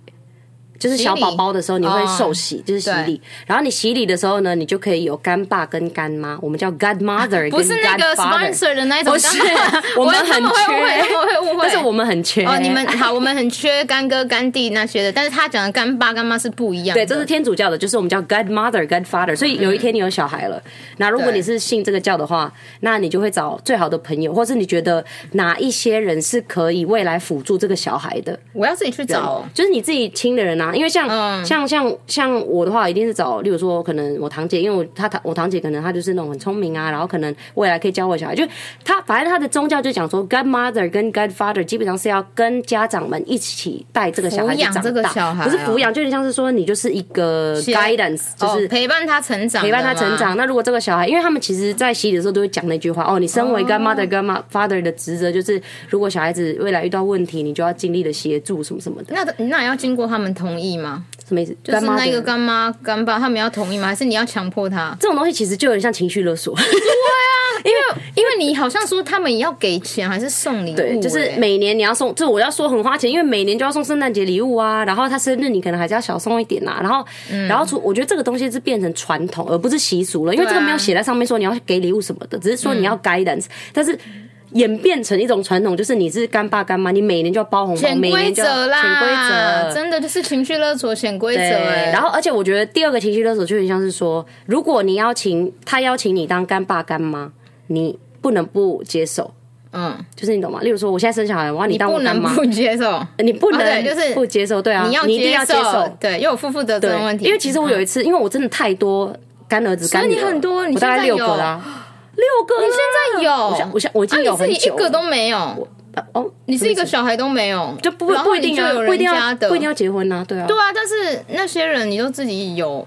Speaker 1: 就是小
Speaker 2: 洗礼
Speaker 1: 宝宝的时候，你会
Speaker 2: 哦
Speaker 1: 受洗，就是洗礼。然后你洗礼的时候呢，你就可以有干爸跟干妈，我们叫 godmother
Speaker 2: 不是
Speaker 1: 跟
Speaker 2: 那个
Speaker 1: godfather
Speaker 2: sponsor 的那一种，
Speaker 1: 不是
Speaker 2: 我
Speaker 1: 我们
Speaker 2: 他
Speaker 1: 很
Speaker 2: 们会误会，
Speaker 1: 缺
Speaker 2: 他们会误会，
Speaker 1: 但是我们很缺
Speaker 2: 哦，你们好，我们很缺干哥干弟那些的，但是他讲的干爸干妈是不一样的，
Speaker 1: 对，这是天主教的，就是我们叫 godmother、godfather。所
Speaker 2: 嗯
Speaker 1: 以有一天你有小孩了，那如果
Speaker 2: 对
Speaker 1: 你是信这个教的话，那你就会找最好的朋友，或是你觉得哪一些人是可以未来辅助这个小孩的，
Speaker 2: 我要自己去找哦。
Speaker 1: 就是你自己亲的人啊。因为像、
Speaker 2: 嗯
Speaker 1: 像像像我的话，一定是找，例如说可能我堂姐，因为我她堂我堂姐可能她就是那种很聪明啊，然后可能未来可以教我小孩，就她反正她的宗教就讲说，godmother 跟 godfather 基本上是要跟家长们一起带这个小孩
Speaker 2: 抚
Speaker 1: 去
Speaker 2: 养
Speaker 1: 长大，
Speaker 2: 这个小孩
Speaker 1: 不是
Speaker 2: 哦
Speaker 1: 抚养，就有点像是说你就是一个 guidance，就是
Speaker 2: 哦、陪伴他成长，
Speaker 1: 陪伴他成。长。那如果这个小孩，因为他们其实在洗礼的时候都会讲那句话哦，你身为 godmother、godfather 的职责就是，如果小孩子未来遇到问题，你就要尽力的协助什么什么的，
Speaker 2: 那那也要经过他们同意吗？
Speaker 1: 什么意思？就
Speaker 2: 就是那个干妈干爸他们要同意吗？还是你要强迫他？
Speaker 1: 这种东西其实就有点像情绪勒索，
Speaker 2: 因为因为你好像说他们也要给钱还是送礼物、
Speaker 1: 对， 就是
Speaker 2: 欸
Speaker 1: 每年你要送，这我要说很花钱，因为每年就要送圣诞节礼物啊，然后他生日你可能还是要小送一点啊，然后，
Speaker 2: 嗯
Speaker 1: 然后出我觉得这个东西是变成传统而不是习俗了，因为
Speaker 2: 对啊嗯
Speaker 1: 这个没有写在上面说你要给礼物什么的，只是说你要 guidance，、但是。演变成一种传统，就是你是干爸干妈，你每年就要包红包，
Speaker 2: 潜
Speaker 1: 每
Speaker 2: 规
Speaker 1: 年就要
Speaker 2: 则啦，
Speaker 1: 潜规则，
Speaker 2: 真的就是情绪勒索潜规则哎。
Speaker 1: 对，然后而且我觉得第二个情绪勒索就很像是说，如果你邀请他邀请你当干爸干妈，你不能不接受，
Speaker 2: 嗯，
Speaker 1: 就是你懂吗？例如说，我现在生小孩，我要你当
Speaker 2: 不
Speaker 1: 我干
Speaker 2: 能
Speaker 1: 妈，
Speaker 2: 不接受，
Speaker 1: 你不能、
Speaker 2: 对就是
Speaker 1: 不接受，对啊，你
Speaker 2: 要
Speaker 1: 一定要接受。
Speaker 2: 对，又有负负得正
Speaker 1: 对
Speaker 2: 的问题。嗯
Speaker 1: 因为其实我有一次，因为我真的太多干儿子、
Speaker 2: 以
Speaker 1: 干
Speaker 2: 你
Speaker 1: 女儿
Speaker 2: 很多你
Speaker 1: 我大概
Speaker 2: 现在有
Speaker 1: 六个啦，六个啦。
Speaker 2: 现在有，
Speaker 1: 我想，我想，我已
Speaker 2: 啊，
Speaker 1: 经有
Speaker 2: 你自
Speaker 1: 很
Speaker 2: 己一
Speaker 1: 久
Speaker 2: 个
Speaker 1: 了。
Speaker 2: 都没有，
Speaker 1: 哦，
Speaker 2: 你是一个小孩都没有，
Speaker 1: 就不
Speaker 2: 然后
Speaker 1: 不一
Speaker 2: 你
Speaker 1: 定
Speaker 2: 就
Speaker 1: 啊，
Speaker 2: 有
Speaker 1: 不一
Speaker 2: 人
Speaker 1: 定
Speaker 2: 家
Speaker 1: 要
Speaker 2: 的，
Speaker 1: 不一定要结婚啊，对啊。
Speaker 2: 对啊，但是那些人你都自己有。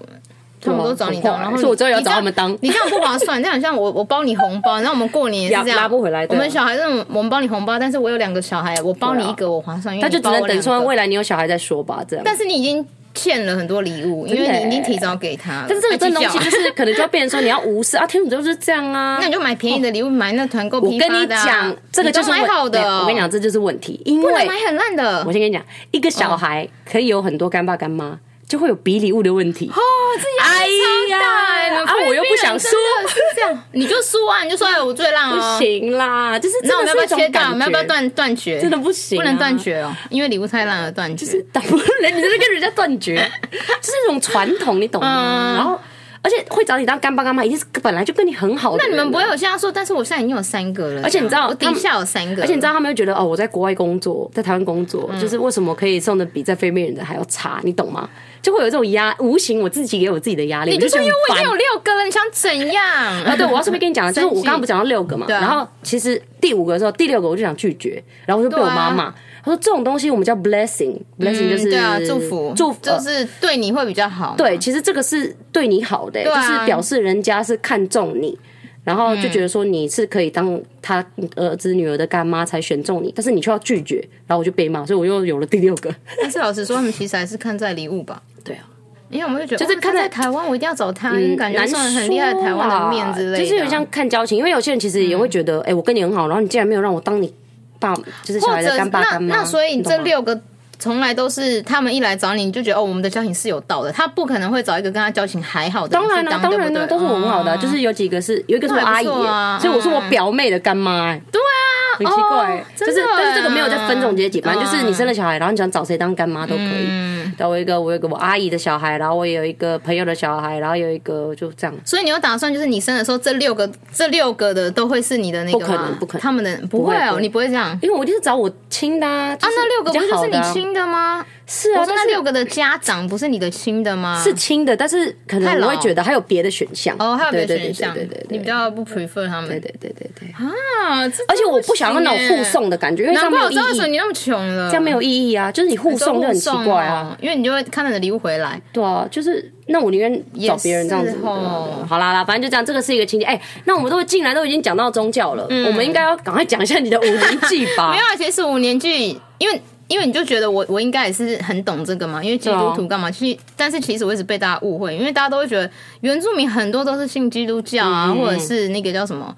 Speaker 2: 他们都找你
Speaker 1: 很
Speaker 2: 当，
Speaker 1: 坏
Speaker 2: 然
Speaker 1: 啊
Speaker 2: 后
Speaker 1: 所以我之后也要
Speaker 2: 你这
Speaker 1: 找
Speaker 2: 样
Speaker 1: 他们当
Speaker 2: 你这样不划 算，你这样很像我我包你红包，然后我们过年也是这样
Speaker 1: 拉拉不回来
Speaker 2: 我
Speaker 1: 对啊
Speaker 2: 们小孩这种，我们包你红包，但是我有两个小孩，我包你一个我划算，因
Speaker 1: 啊
Speaker 2: 为
Speaker 1: 那就
Speaker 2: 你
Speaker 1: 只
Speaker 2: 包
Speaker 1: 能
Speaker 2: 我
Speaker 1: 等
Speaker 2: 两
Speaker 1: 说
Speaker 2: 个
Speaker 1: 未来你有小孩再说吧，这样。
Speaker 2: 但是你已经欠了很多礼物，因为
Speaker 1: 真的
Speaker 2: 你已经
Speaker 1: 欸
Speaker 2: 提早给他了。
Speaker 1: 但是这个
Speaker 2: 还
Speaker 1: 真
Speaker 2: 计
Speaker 1: 东
Speaker 2: 较
Speaker 1: 西就是可能就要变成说你要无视啊，天主教就是这样啊。
Speaker 2: 那你就买便宜的礼物，买那团购批
Speaker 1: 哦我跟
Speaker 2: 发
Speaker 1: 你
Speaker 2: 的啊。
Speaker 1: 讲，这个
Speaker 2: 你都
Speaker 1: 就是
Speaker 2: 买
Speaker 1: 问
Speaker 2: 好的
Speaker 1: 对
Speaker 2: 哦。
Speaker 1: 我跟你讲，这就是问题，因
Speaker 2: 不能
Speaker 1: 为
Speaker 2: 买很烂的
Speaker 1: 我。先跟你讲，一个小孩可以有很多干爸干妈，就会有比礼物的问题。
Speaker 2: 哦，这压力超大哎！
Speaker 1: 哎呀啊我又不想输
Speaker 2: 真的是这样， 你就输啊，你就说哎，我最烂
Speaker 1: 不
Speaker 2: 哦。
Speaker 1: 行啦，就是真
Speaker 2: 那我
Speaker 1: 的
Speaker 2: 们
Speaker 1: 是
Speaker 2: 要不要
Speaker 1: 一种
Speaker 2: 切断？
Speaker 1: 感
Speaker 2: 我们要不要
Speaker 1: 觉？
Speaker 2: 断断绝？
Speaker 1: 真的不行啊
Speaker 2: 不能断绝哦，因为礼物太烂而断绝。
Speaker 1: 是打不人，你在这跟人家断绝， 就是一种传统，你懂
Speaker 2: 嗯
Speaker 1: 吗？然后，而且会找你当干爸干妈，一定是本来就跟你很好的人啊。
Speaker 2: 那你们不会有现在说，但是我现在已经有三个了，
Speaker 1: 而且你知道他
Speaker 2: 我底
Speaker 1: 们
Speaker 2: 下有三个，
Speaker 1: 而且你知道他们会觉得哦，我在国外工作，在台湾工作，
Speaker 2: 嗯
Speaker 1: 就是为什么可以送的比在非面人的还要差，你懂吗？就会有这种压，无形我自己给我自己的压力，
Speaker 2: 你就
Speaker 1: 我
Speaker 2: 说
Speaker 1: 觉
Speaker 2: 因
Speaker 1: 得
Speaker 2: 为我已
Speaker 1: 很
Speaker 2: 经有
Speaker 1: 烦。
Speaker 2: 六个了，你想怎样？
Speaker 1: 啊，对，我要顺便跟你 讲，就是我
Speaker 2: 生气
Speaker 1: 刚刚不讲到六个嘛，
Speaker 2: 对啊
Speaker 1: 然后其实第五个的时候，第六个我就想拒绝，然后我就被我妈骂，她说这种东西我们叫 blessing，blessing
Speaker 2: 啊嗯
Speaker 1: 就是、
Speaker 2: 对啊，祝福
Speaker 1: 祝福，
Speaker 2: 就
Speaker 1: 呃
Speaker 2: 是对你会比较好。
Speaker 1: 对，其实这个是对你好的、
Speaker 2: 啊
Speaker 1: 就是表示人家是看重你，然后就觉得说你是可以当他嗯儿子女儿的干妈才选中你，但是你却要拒绝，然后我就被骂，所以我又有了第六 个。
Speaker 2: 但是老实说，他们其实还是看在礼物吧，
Speaker 1: 对啊，
Speaker 2: 因为我们就觉得
Speaker 1: 就是
Speaker 2: 哇
Speaker 1: 看
Speaker 2: 他在
Speaker 1: 在
Speaker 2: 台湾，我一定要找他，因为嗯感觉
Speaker 1: 难
Speaker 2: 算很厉害的台湾的面之类的啊，
Speaker 1: 就是有点像看交情，因为有些人其实也会觉得，哎、我跟你很好，然后你竟然没有让我当你爸，就是小
Speaker 2: 或
Speaker 1: 孩
Speaker 2: 者
Speaker 1: 的干爸
Speaker 2: 那
Speaker 1: 干妈。
Speaker 2: 那所以
Speaker 1: 你懂
Speaker 2: 这
Speaker 1: 吗
Speaker 2: 六个。从来都是他们一来找你，你就觉得哦，我们的交情是有道的。他不可能会找一个跟他交情还好的人
Speaker 1: 当然
Speaker 2: 去
Speaker 1: 啦、
Speaker 2: 当，
Speaker 1: 当然啦、
Speaker 2: 了，
Speaker 1: 都是我很好的啊、
Speaker 2: 嗯
Speaker 1: 就是有几个是有一个是我
Speaker 2: 那
Speaker 1: 阿
Speaker 2: 还
Speaker 1: 姨
Speaker 2: 不错
Speaker 1: 耶、
Speaker 2: 啊
Speaker 1: 所以我是我
Speaker 2: 嗯
Speaker 1: 表妹的干妈、哎
Speaker 2: 对啊，
Speaker 1: 很奇怪、
Speaker 2: 哦
Speaker 1: 就
Speaker 2: 真
Speaker 1: 是
Speaker 2: 的
Speaker 1: 但是这个没有在分这种阶级，反正就是
Speaker 2: 嗯
Speaker 1: 你生了小孩，然后你想找谁当干妈都可以。对，我有一个我有一个我阿姨的小孩，然后我有一个朋友的小孩，然后有一个就这样。
Speaker 2: 所以你有打算，就是你生的时候，这六个这六个的都会是你的那个吗
Speaker 1: 不可能不可能
Speaker 2: 他们的不
Speaker 1: 不
Speaker 2: 会
Speaker 1: 会不
Speaker 2: 哦，
Speaker 1: 会
Speaker 2: 你不会这样啊？
Speaker 1: 因为我一定是找我亲的啊，就是
Speaker 2: 那六个
Speaker 1: 比
Speaker 2: 不
Speaker 1: 较
Speaker 2: 就
Speaker 1: 好
Speaker 2: 是
Speaker 1: 的
Speaker 2: 你
Speaker 1: 啊
Speaker 2: 亲的吗？
Speaker 1: 是啊，
Speaker 2: 我说
Speaker 1: 但
Speaker 2: 那
Speaker 1: 是
Speaker 2: 六个的家长不是你的亲的吗？
Speaker 1: 是亲的，但是可
Speaker 2: 太
Speaker 1: 能
Speaker 2: 老
Speaker 1: 我会觉得还有别的选项
Speaker 2: 哦，还有别
Speaker 1: 对
Speaker 2: 的
Speaker 1: 对
Speaker 2: 选项，
Speaker 1: 对对对对
Speaker 2: 你比较不 prefer 他们
Speaker 1: 对对对对对。
Speaker 2: 啊，这真的
Speaker 1: 而且我不想要那种
Speaker 2: 行耶
Speaker 1: 护，送的感觉，因为这
Speaker 2: 难
Speaker 1: 样没
Speaker 2: 怪
Speaker 1: 有
Speaker 2: 我
Speaker 1: 意
Speaker 2: 知道为什么
Speaker 1: 义，
Speaker 2: 你那么穷了，
Speaker 1: 这样没有意义啊！就是你护送就很奇怪啊，
Speaker 2: 哦，因为你就会看到你的礼物回来，
Speaker 1: 对啊，就是那我宁愿找别人这样子
Speaker 2: 也。是
Speaker 1: 对
Speaker 2: 哦
Speaker 1: 啊对啊好啦啦，反正就这样，这个是一个情节。哎，那我们都进来都已经讲
Speaker 2: 嗯
Speaker 1: 到宗教了，我们应该要赶快讲一下你的五年祭吧
Speaker 2: 啊没有，。啊，其实五年级，因为因为你就觉得我我应该也是很懂这个嘛，因为基
Speaker 1: 啊
Speaker 2: 督徒干嘛？其实但是其实我一直被大家误会，因为大家都会觉得原住民很多都是信基督教
Speaker 1: 嗯
Speaker 2: 啊，或者是那个叫什么，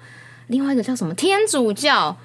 Speaker 2: 另外一个叫什么天主教。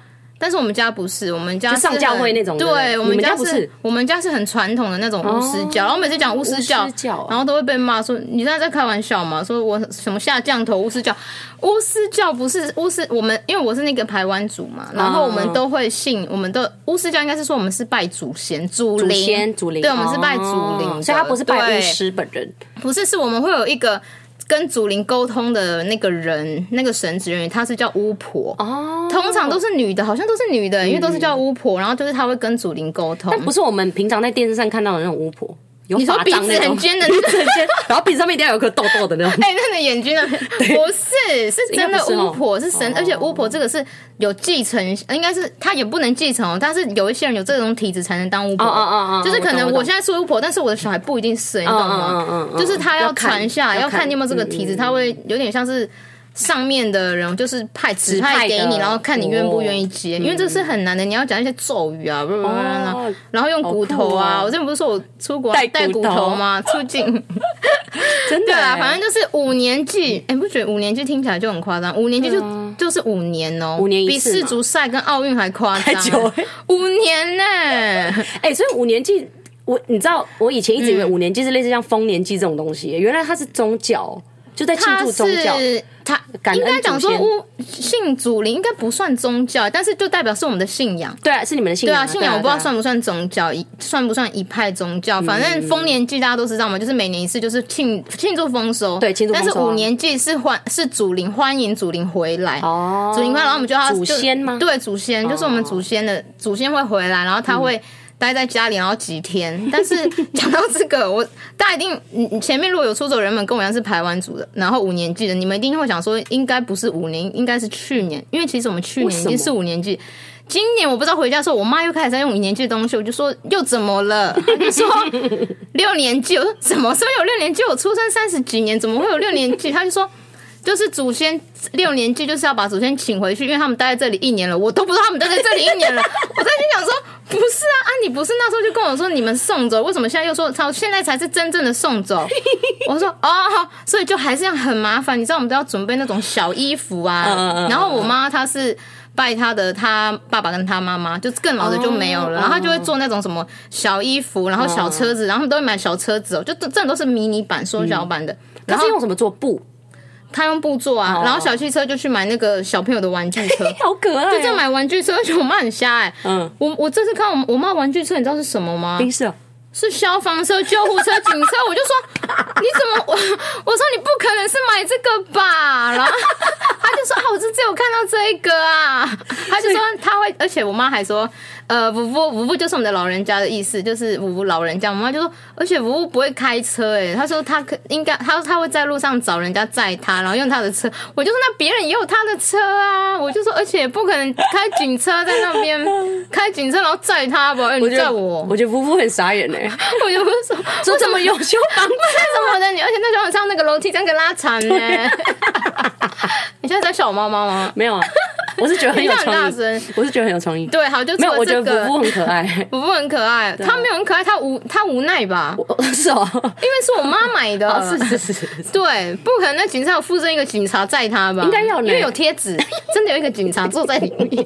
Speaker 2: 但是我们家不是，我们家
Speaker 1: 就是上教会
Speaker 2: 很
Speaker 1: 那种对不对
Speaker 2: 对，我们
Speaker 1: 你们家
Speaker 2: 家
Speaker 1: 不是哦
Speaker 2: 我们家是很传统的那种巫师教，然后每次讲巫师教
Speaker 1: 巫师教啊，
Speaker 2: 然后都会被骂说你现在在开玩笑吗？说我什么下降头巫师教，巫师教不是巫师，我们因为我是那个台湾族
Speaker 1: 嗯
Speaker 2: 嘛，然后我们都会信，我们的巫师教应该是说我们是拜祖先、祖
Speaker 1: 祖
Speaker 2: 灵、
Speaker 1: 先祖灵，
Speaker 2: 对，我们是拜祖灵
Speaker 1: 哦
Speaker 2: 的，
Speaker 1: 所以他不是拜巫
Speaker 2: 对
Speaker 1: 师本人，
Speaker 2: 不是，是我们会有一个跟祖灵沟通的那个人，那个神职人员，她是叫巫婆
Speaker 1: 哦
Speaker 2: 通常都是女的，好像都是女的，因为都是叫巫婆，然后就是她会跟祖灵沟通
Speaker 1: 但。不是我们平常在电视上看到的那种巫婆，有
Speaker 2: 你说
Speaker 1: 法杖
Speaker 2: 鼻子
Speaker 1: 那种
Speaker 2: 很尖的那
Speaker 1: 鼻子很尖，然后鼻子上面一定要有一颗痘痘的那 种。
Speaker 2: 哎、那你眼睛的不是是真的
Speaker 1: 应该不是哦
Speaker 2: 巫婆是神，而且巫婆这个是有继承，应该是她也不能继承哦，但是有一些人有这种体质才能当巫婆，
Speaker 1: 哦哦哦哦
Speaker 2: 就是可
Speaker 1: 我懂我
Speaker 2: 能
Speaker 1: 懂
Speaker 2: 我现在是巫婆，但是我的小孩不一定是，你懂吗？
Speaker 1: 嗯嗯嗯嗯
Speaker 2: 就是他
Speaker 1: 要
Speaker 2: 要
Speaker 1: 看
Speaker 2: 传下，
Speaker 1: 要
Speaker 2: 要
Speaker 1: 看
Speaker 2: 看你有没有这个体质，他会有点像是。上面的人就是派指
Speaker 1: 派
Speaker 2: 派给你，
Speaker 1: 的
Speaker 2: 然后看你愿不愿意接，因为这是很难的，你要讲一些咒语啊，不不不不不然后用骨头啊。
Speaker 1: 好酷哦
Speaker 2: 我之前不是说我出国
Speaker 1: 带
Speaker 2: 带
Speaker 1: 骨
Speaker 2: 骨
Speaker 1: 头
Speaker 2: 头吗？促进。
Speaker 1: 真的
Speaker 2: 对啊，
Speaker 1: 欸
Speaker 2: 反正就是五年级，
Speaker 1: 嗯
Speaker 2: 哎、不觉得五年级听起来就很夸张？五年级就、就是五年哦、
Speaker 1: 啊五年一
Speaker 2: 比
Speaker 1: 次嘛
Speaker 2: 世足赛跟奥运还夸张，
Speaker 1: 太久了
Speaker 2: 五年呢、
Speaker 1: 哎、所以五年级，我你知道，我以前一直以
Speaker 2: 嗯
Speaker 1: 为五年级是类似像丰年祭这种东西，原来它是宗教，就 在庆
Speaker 2: 他
Speaker 1: 祝宗教。
Speaker 2: 是他
Speaker 1: 感恩
Speaker 2: 应该讲说
Speaker 1: 祖先
Speaker 2: 巫信祖灵应该不算宗教，但是就代表是我们的信仰。
Speaker 1: 对啊，是你们的信
Speaker 2: 对
Speaker 1: 仰
Speaker 2: 啊，
Speaker 1: 啊。
Speaker 2: 信仰我不知
Speaker 1: 对啊嗯
Speaker 2: 道算不算宗教，一算不算一派宗教。反正丰年祭大家都知道嘛，就是每年一次，就是庆庆祝丰收。
Speaker 1: 对庆祝丰
Speaker 2: 但
Speaker 1: 收啊
Speaker 2: 是五年祭是欢是祖灵欢迎祖灵回来
Speaker 1: 哦
Speaker 2: 祖灵回来，然后我们就要
Speaker 1: 祖
Speaker 2: 就
Speaker 1: 先吗哦
Speaker 2: 对，祖先就是我们祖先的祖先会回来，然后他
Speaker 1: 嗯
Speaker 2: 会。待在家里，然后几天。 但是讲到这个，我大家一定，你你前面如果有出走人们跟我一样是台湾族的，然后五年级的，你们一定会想说，应该不是五年，应该是去年，因为其实我们去
Speaker 1: 为
Speaker 2: 年
Speaker 1: 什
Speaker 2: 已
Speaker 1: 么
Speaker 2: 经是五年级，今年我不知道回家的时候，我妈又开始在用五年级的东西，我就说又怎么了？她就说六年级，我说怎么？所以有六年级？我出生三十几年，怎么会有六年级？她就说。 就是祖先六年级，就是要把祖先请回去，因为他们待在这里一年了，我都不知道他们待在这里一年了。 我在心想说，不是啊，啊，你不是那时候就跟我说你们送走，为什么现在又说他现在才是真正的 送走？我说哦，好所以就还是这样很麻烦，你知道我们都要准备那种小衣服啊。
Speaker 1: 嗯嗯嗯
Speaker 2: 然后我妈她是拜她的她爸爸跟她妈妈，就是更老的就没有
Speaker 1: 哦
Speaker 2: 了，然后她就会做那种什么小衣服，然后小车子，然后他们都会买小车子哦，就这这种都是迷你版缩小版的。然
Speaker 1: 它
Speaker 2: 后
Speaker 1: 是用什么做布？
Speaker 2: 她用布做啊，然后小汽车就去买那个小朋友的玩具车。
Speaker 1: 哎好可爱、哦
Speaker 2: 就这样，买玩具车，而且我妈很瞎哎、
Speaker 1: 嗯
Speaker 2: 我我这次看我我妈玩具车，你知道是什么吗？
Speaker 1: 冰室哦
Speaker 2: 是消防车、救护车、警车，我就说你怎么我我说你不可能是买这个吧，然后他就说啊，我是只有看到这一个啊，他就说他会，而且我妈还说，呃，五五五五就是我们的老人家的意思，就是五五老人家，我妈就说，而且五五不会开车、欸，他说他可应该他他会在路上找人家载他，然后用他的车，我就说那别人也有他的车啊，我就说而且不可能开警车在那边开警车然后载他吧，哎你
Speaker 1: 我觉
Speaker 2: 载
Speaker 1: 得
Speaker 2: 我
Speaker 1: 我觉得夫妇很傻眼哎、
Speaker 2: 我就说
Speaker 1: 说这么优秀房子，
Speaker 2: 为什么 呢？你而且那时候很像那个楼梯这样给拉长 呢、你现在在笑我猫猫吗？
Speaker 1: 没有啊？我是觉得很有
Speaker 2: 你这样
Speaker 1: 创
Speaker 2: 很
Speaker 1: 意
Speaker 2: 大声，
Speaker 1: 我是觉得很有创意。
Speaker 2: 对，好，就
Speaker 1: 没
Speaker 2: 除
Speaker 1: 有，我
Speaker 2: 了
Speaker 1: 觉
Speaker 2: 这
Speaker 1: 得
Speaker 2: 个
Speaker 1: 夫。妇很可爱。
Speaker 2: 不很可爱，他没有很可爱，他无他无奈吧，
Speaker 1: 我 是哦，
Speaker 2: 因为是我妈买 的，
Speaker 1: 是是是，
Speaker 2: 对，不可能那警察有附赠一个警察载他吧？
Speaker 1: 应该要呢
Speaker 2: 因为有贴 纸，真的有一个警察坐在里面。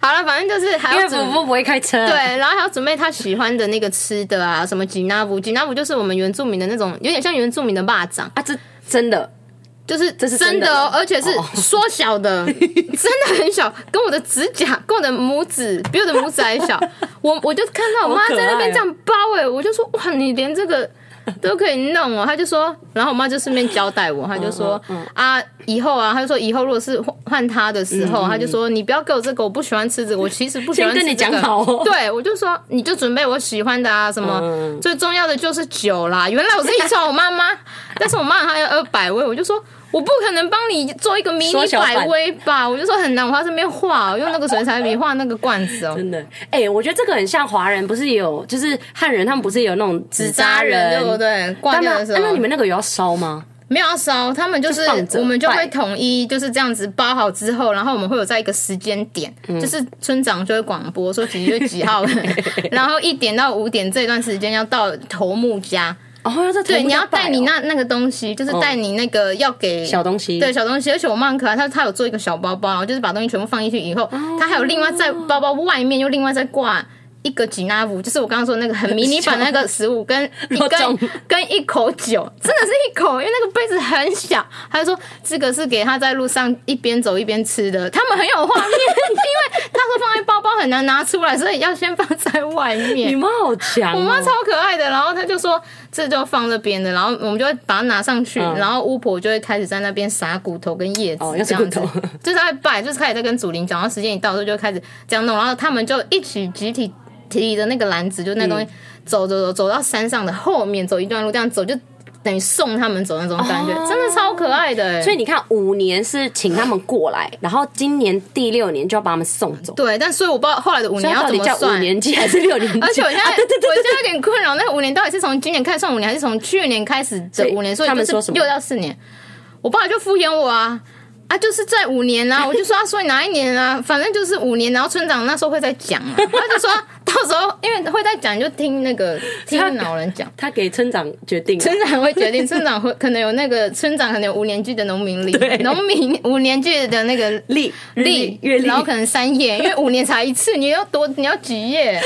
Speaker 2: 好了，反正就是还
Speaker 1: 因为
Speaker 2: 要
Speaker 1: 夫
Speaker 2: 准
Speaker 1: 妇不嗯会开车，
Speaker 2: 对，然后还要准备他喜欢的那个吃的啊，什么吉纳布，吉纳布就是我们原住民的那种，有点像原住民的蚂蚱，
Speaker 1: 啊，这真的
Speaker 2: 就是
Speaker 1: 这是真的
Speaker 2: 的哦，而且是
Speaker 1: 哦
Speaker 2: 缩 小的，真的很小，跟我的指甲，跟我的拇指，比我的拇指还小。我我就看到我妈
Speaker 1: 好可爱
Speaker 2: 在那边
Speaker 1: 哦
Speaker 2: 这样包、欸，我就说哇，你连 这个都可以弄哦。她就说，然后我妈就顺便交代
Speaker 1: 嗯
Speaker 2: 我，她就说、啊，以后啊，她就说以后如果是换换她的时候，她就说你不要给我这个，我不喜欢吃这个，我其实不喜欢
Speaker 1: 嗯先跟你
Speaker 2: 吃这个
Speaker 1: 讲好哦
Speaker 2: 对，我就说你就准备我喜欢的啊，什么、
Speaker 1: 嗯
Speaker 2: 最重要的就是酒啦。原来我是遗传我妈 妈，但是我妈她要二百位，我就说。我不可能帮你做一个迷
Speaker 1: 缩
Speaker 2: 你
Speaker 1: 小版
Speaker 2: 百威吧？我就说很难，我还在那边画，用那个水彩笔画那个罐子 哦。
Speaker 1: 真的，哎、我觉得这个很像华人，不是也有，就是汉人，他们不是也有那种纸
Speaker 2: 纸扎人对不对？挂
Speaker 1: 他
Speaker 2: 掉的
Speaker 1: 们、
Speaker 2: 时候，
Speaker 1: 那你们那个有要烧吗？
Speaker 2: 没有要烧，他们就是
Speaker 1: 就放着
Speaker 2: 我们就会
Speaker 1: 拜
Speaker 2: 统一就是这样子包好之后，然后我们会有在一个时间点，
Speaker 1: 嗯
Speaker 2: 就是村长就会广播说几月几 号，然后一点到五点这段时间要到头目家，
Speaker 1: 哦，要在
Speaker 2: 对，
Speaker 1: 头
Speaker 2: 你要
Speaker 1: 上拜
Speaker 2: 带你
Speaker 1: 哦
Speaker 2: 那那个东西，就是带你那个要给
Speaker 1: 小东西，
Speaker 2: 对，小东西，而且我妈很可爱，她她有做一个小包包，然后就是把东西全部放进去以后，
Speaker 1: 哦
Speaker 2: 她还有另外在包包外面又另外再挂。一个吉纳布，就是我刚刚说的那个很迷你版的那个食物，跟 一
Speaker 1: 肉
Speaker 2: 根
Speaker 1: 粽
Speaker 2: 跟一口酒，真的是一口，因为那个杯子很小。她就说这个是给她在路上一边走一边吃的，他们很有画面， 因为她说放在包包很难拿出来，所以要先放在外面
Speaker 1: 你。妈好强哦，
Speaker 2: 我妈超可爱的，然后她就说这就放这边的，然后我们就会把它拿上去，然后巫婆就会开始在那边撒骨头跟叶子
Speaker 1: 嗯哦要
Speaker 2: 这
Speaker 1: 吃
Speaker 2: 样
Speaker 1: 骨
Speaker 2: 子，
Speaker 1: 头
Speaker 2: 就是在拜，就是开始在跟祖灵讲，然后时间一到的时候就会开始这样弄，然后他们就一起集体提着那个篮子，就那
Speaker 1: 嗯
Speaker 2: 东西、走走走走到山上的后面，走一段路这样走就。等于送他们走那种感觉，
Speaker 1: 哦
Speaker 2: 真的超可爱的、欸。
Speaker 1: 所以你看，五年是请他们过来，然后今年第六年就要把他们送走。
Speaker 2: 对，但所以我不知道后来的五
Speaker 1: 所
Speaker 2: 年
Speaker 1: 以
Speaker 2: 要
Speaker 1: 到
Speaker 2: 怎
Speaker 1: 底
Speaker 2: 么
Speaker 1: 叫五
Speaker 2: 算。
Speaker 1: 年级还是六年级？
Speaker 2: 而且我现在、
Speaker 1: 啊、对对对
Speaker 2: 我现在有点困扰，那个五年到底是从今年开始算五年，还是从去年开始
Speaker 1: 所
Speaker 2: 的
Speaker 1: 以
Speaker 2: 五年？所以
Speaker 1: 他们
Speaker 2: 就是
Speaker 1: 说什么
Speaker 2: 六到四年。我爸就敷衍我啊啊，就是在五年啊，我就说他说你哪一年啊，反正就是五年。然后村长那时候会在讲啊，他 就说到时候因为会在讲，你就听那个听老人讲。
Speaker 1: 他给 村长决定了，
Speaker 2: 村长会决定， 村长会可能有那个村长可能有五年级的农民
Speaker 1: 对
Speaker 2: 历，农民五年级的那个
Speaker 1: 历
Speaker 2: 历，
Speaker 1: 月历，
Speaker 2: 然后可能三页，因为五年才一次，你要多 你要几页？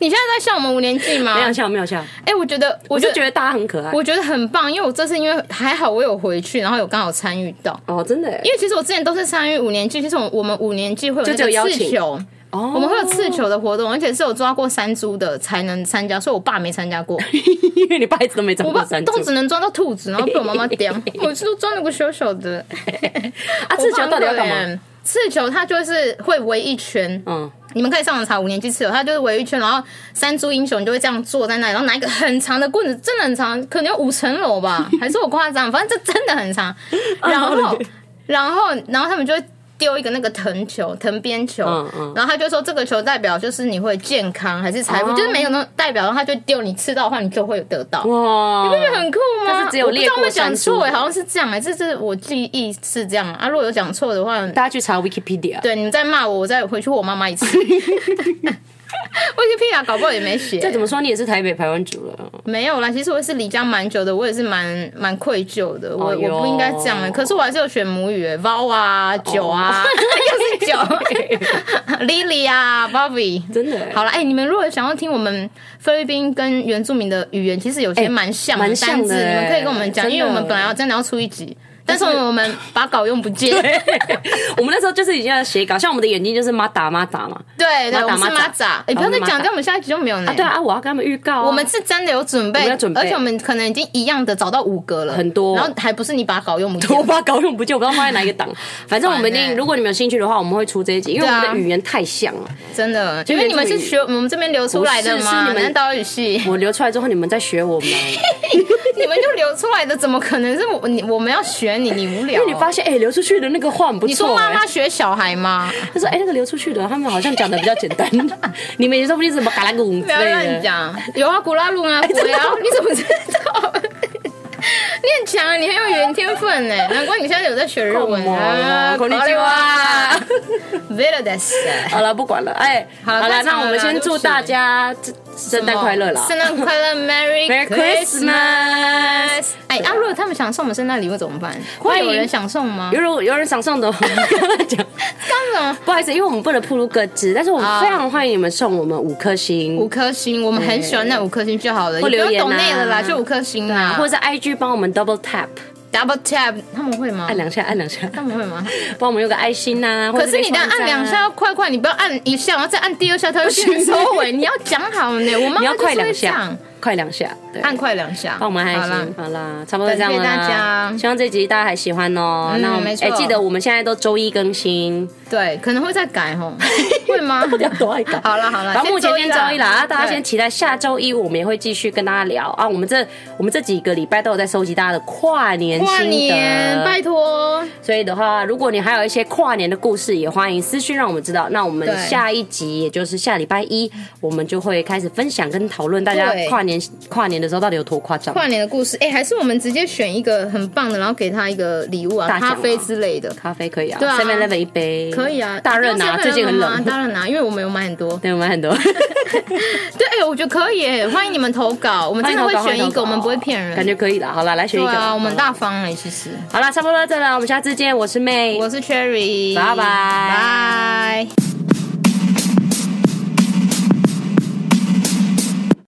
Speaker 2: 你现在在笑我们五年级吗
Speaker 1: 没？有笑，没有笑，
Speaker 2: 哎、我觉得，我
Speaker 1: 我
Speaker 2: 就
Speaker 1: 就
Speaker 2: 觉
Speaker 1: 觉
Speaker 2: 得。
Speaker 1: 得大家很可爱。
Speaker 2: 我觉得很棒，因为我这次因为还好我有回去，然后有刚好参与到。
Speaker 1: 哦，真的耶，
Speaker 2: 因为其实我之前都是参与五年级，其实我我们五年级会有
Speaker 1: 就
Speaker 2: 那
Speaker 1: 只有邀
Speaker 2: 个
Speaker 1: 请
Speaker 2: 刺球，
Speaker 1: 哦，
Speaker 2: 我们会有刺球的活动，而且是有抓过山猪的才能参加，所以我爸没参 加过。
Speaker 1: 因为你爸一直都没长
Speaker 2: 我
Speaker 1: 过
Speaker 2: 爸
Speaker 1: 三
Speaker 2: 都
Speaker 1: 只
Speaker 2: 只能抓到兔子，然后被我妈妈叼。我是都装了个小小的。
Speaker 1: 啊，刺球到底要干
Speaker 2: 我爸很可
Speaker 1: 嘛？
Speaker 2: 怜？刺球它就是会围一圈，
Speaker 1: 嗯，
Speaker 2: 你们可以上网查五年级刺球，它就是围一圈，然后山猪英雄就会这样坐在那里，然后拿一个很长的棍子，真的很长，可能有五层楼 吧，还是我夸张？反正这真的很长。
Speaker 1: 哦
Speaker 2: 然后，然后，然后他们就会。丢一个那个藤球、藤边球，
Speaker 1: 嗯嗯
Speaker 2: 然后他就说这个球代表就是你会健康还是财富，
Speaker 1: 哦
Speaker 2: 就是每个人代表，然后他就丢你吃到的话，你就会有得到。
Speaker 1: 哇，
Speaker 2: 这很酷吗？
Speaker 1: 它是只有
Speaker 2: 我不知
Speaker 1: 猎
Speaker 2: 道有没
Speaker 1: 过
Speaker 2: 有
Speaker 1: 山
Speaker 2: 讲
Speaker 1: 猪
Speaker 2: 错哎，好像是这样哎、这是我记忆是这样啊。如果有讲错的话，
Speaker 1: 大家去查 Wikipedia，
Speaker 2: 对，你们再骂我，我再回去问我妈妈一次。Wikipedia 搞不好也没写
Speaker 1: 再，怎么说你也是台北台湾族了，
Speaker 2: 没有啦。其实我也是离家蛮久的，我也是蛮蛮愧疚的，我、
Speaker 1: 哎呦
Speaker 2: 我不应该这样的。可是我还是有选母语、哎 v o w 啊、酒 啊，又是酒，Lily 啊，Bobby，
Speaker 1: 真的耶
Speaker 2: 好了，哎、你们如果想要听我们菲律宾跟原住民的语言，其实有些哎蛮像的
Speaker 1: 蛮
Speaker 2: 单
Speaker 1: 像的
Speaker 2: 字，你们可以跟我们讲，
Speaker 1: 真的
Speaker 2: 因为我们本来要真的要出一集，但是我们把稿用不见。对
Speaker 1: 我们那时候就是已经在写稿，像我们的眼睛就是妈打妈打嘛，
Speaker 2: 对
Speaker 1: 马达
Speaker 2: 我们是
Speaker 1: 马达
Speaker 2: 马扎，哎你、不要
Speaker 1: 哦
Speaker 2: 再
Speaker 1: 我们马达
Speaker 2: 讲，这样我们下一集就没有呢。
Speaker 1: 啊，对啊，啊我要跟他们预告啊，
Speaker 2: 我 们是真的有准
Speaker 1: 我
Speaker 2: 备
Speaker 1: 们要准，备
Speaker 2: 而且我们可能已经一样的找到五个了，
Speaker 1: 很多
Speaker 2: 然后还不是你把稿用不
Speaker 1: 我
Speaker 2: 见。
Speaker 1: 把搞用不见，我不知道放在哪一个档。反正我们一
Speaker 2: 烦欸
Speaker 1: 定，如果你们有兴趣的话，我们会出这一集，因为我们
Speaker 2: 对
Speaker 1: 的
Speaker 2: 啊
Speaker 1: 语言太像了。
Speaker 2: 真的，
Speaker 1: 就
Speaker 2: 因为你们
Speaker 1: 原住
Speaker 2: 是
Speaker 1: 民
Speaker 2: 学我们这边流出来的
Speaker 1: 不是是
Speaker 2: 嘛，
Speaker 1: 你们
Speaker 2: 南岛语 系，
Speaker 1: 我留出来之后，你们再学我们。
Speaker 2: 你们就流出来的，怎么可能是我你我们要学你？你无聊
Speaker 1: 因
Speaker 2: 哦、
Speaker 1: 为你发 现，哎，流出去的那个话很不
Speaker 2: 你说
Speaker 1: 错。
Speaker 2: 妈
Speaker 1: 哎
Speaker 2: 妈学小孩 吗？
Speaker 1: 他说，哎，那个流出去的，他们好像讲的比较简单。你们也说不定是什么嘎啦个舞之
Speaker 2: 不要
Speaker 1: 类
Speaker 2: 乱
Speaker 1: 的。
Speaker 2: 讲，有啊，古拉路
Speaker 1: 哎
Speaker 2: 啊，古聊， 你怎么知道？你很强啊，你很有语言天分呢，难怪你现在有在学日文啊！
Speaker 1: こんにち
Speaker 2: は
Speaker 1: は
Speaker 2: ，Vera des，
Speaker 1: 好了，不管了，哎，
Speaker 2: 好
Speaker 1: 好
Speaker 2: 了
Speaker 1: 了，
Speaker 2: 太长
Speaker 1: 那我们
Speaker 2: 了啦
Speaker 1: 先
Speaker 2: 对不
Speaker 1: 祝
Speaker 2: 起
Speaker 1: 大家这圣诞快乐啦
Speaker 2: 圣诞快乐，Merry
Speaker 1: ，Merry Christmas！
Speaker 2: 哎，啊，如果他们想送我们圣诞礼物怎么办？
Speaker 1: 欢
Speaker 2: 会
Speaker 1: 迎
Speaker 2: 有人想送吗？
Speaker 1: 有人有人想送的， 我跟他讲。
Speaker 2: 刚刚
Speaker 1: 不好意思，因为我们不能铺路各自，但是我们非常欢迎你们送我们五颗星，
Speaker 2: 五颗星，我们很喜欢那五颗星就好了，也不
Speaker 1: 留
Speaker 2: 用
Speaker 1: 言啊
Speaker 2: 懂内了啦，就五颗星啦，
Speaker 1: 或者是 IG 帮我们 double tap
Speaker 2: double tap，他们会吗
Speaker 1: 按？两下，按两下，
Speaker 2: 他们会吗？
Speaker 1: 帮我们用个爱心呐、哎或
Speaker 2: 可
Speaker 1: 者
Speaker 2: 是你
Speaker 1: 这
Speaker 2: 的
Speaker 1: 边放一张
Speaker 2: 按
Speaker 1: 啊
Speaker 2: 两下，要快快，你不要按一下，然后再按第二下，它会先收尾。你要讲 好呢，我妈
Speaker 1: 你
Speaker 2: 妈
Speaker 1: 要
Speaker 2: 就
Speaker 1: 快
Speaker 2: 是会
Speaker 1: 两
Speaker 2: 这样
Speaker 1: 下，快两下，对，
Speaker 2: 按快两下，
Speaker 1: 帮我们按爱
Speaker 2: 好啦
Speaker 1: 心，好啦，差不多这样了
Speaker 2: 感谢大
Speaker 1: 啦。
Speaker 2: 家
Speaker 1: 希望这集大家还喜欢哦。
Speaker 2: 嗯
Speaker 1: 那我们
Speaker 2: 没错
Speaker 1: 哎记得我们现在都周一更新，
Speaker 2: 对，可能会再改哦，会 吗？
Speaker 1: 到底要多爱搞？
Speaker 2: 好了好了，
Speaker 1: 然后目前先周一啦，啊，大家先
Speaker 2: 对
Speaker 1: 期待下周一，我们也会继续跟大家聊啊。我们这我们这几个礼拜都有在收集大家的跨年心得，
Speaker 2: 跨年，拜托，
Speaker 1: 所以的话，如果你还有一些跨年的故事，也欢迎私讯让我们知道。那我们
Speaker 2: 对
Speaker 1: 下一集，也就是下礼拜一，我们就会开始分享跟讨论大家
Speaker 2: 对
Speaker 1: 跨年年跨年的时候到底有多夸张？
Speaker 2: 跨年的故事，哎、还是我们直接选一个很棒的，然后给他一个礼物啊，
Speaker 1: 大奖啊
Speaker 2: 咖啡之类的，
Speaker 1: 咖啡可以啊
Speaker 2: 对啊
Speaker 1: s e v e Eleven 一杯
Speaker 2: 可以啊。
Speaker 1: 大热拿，
Speaker 2: 你不
Speaker 1: 最
Speaker 2: 用 7-Eleven
Speaker 1: 近很
Speaker 2: 吗
Speaker 1: 冷，
Speaker 2: 大热拿，因为我们有买很多。
Speaker 1: 对我们很多，
Speaker 2: 对，哎、我觉得可以、 哎，欢迎你们投稿，我们真的会选一个，我们不会骗人。
Speaker 1: 感觉可以啦。好啦，来选一
Speaker 2: 对
Speaker 1: 个，
Speaker 2: 啊，我们大方哎、其实。
Speaker 1: 好啦，差不多到这了，我们下次见，我是妹，
Speaker 2: 我是 Cherry，
Speaker 1: 拜拜
Speaker 2: 拜。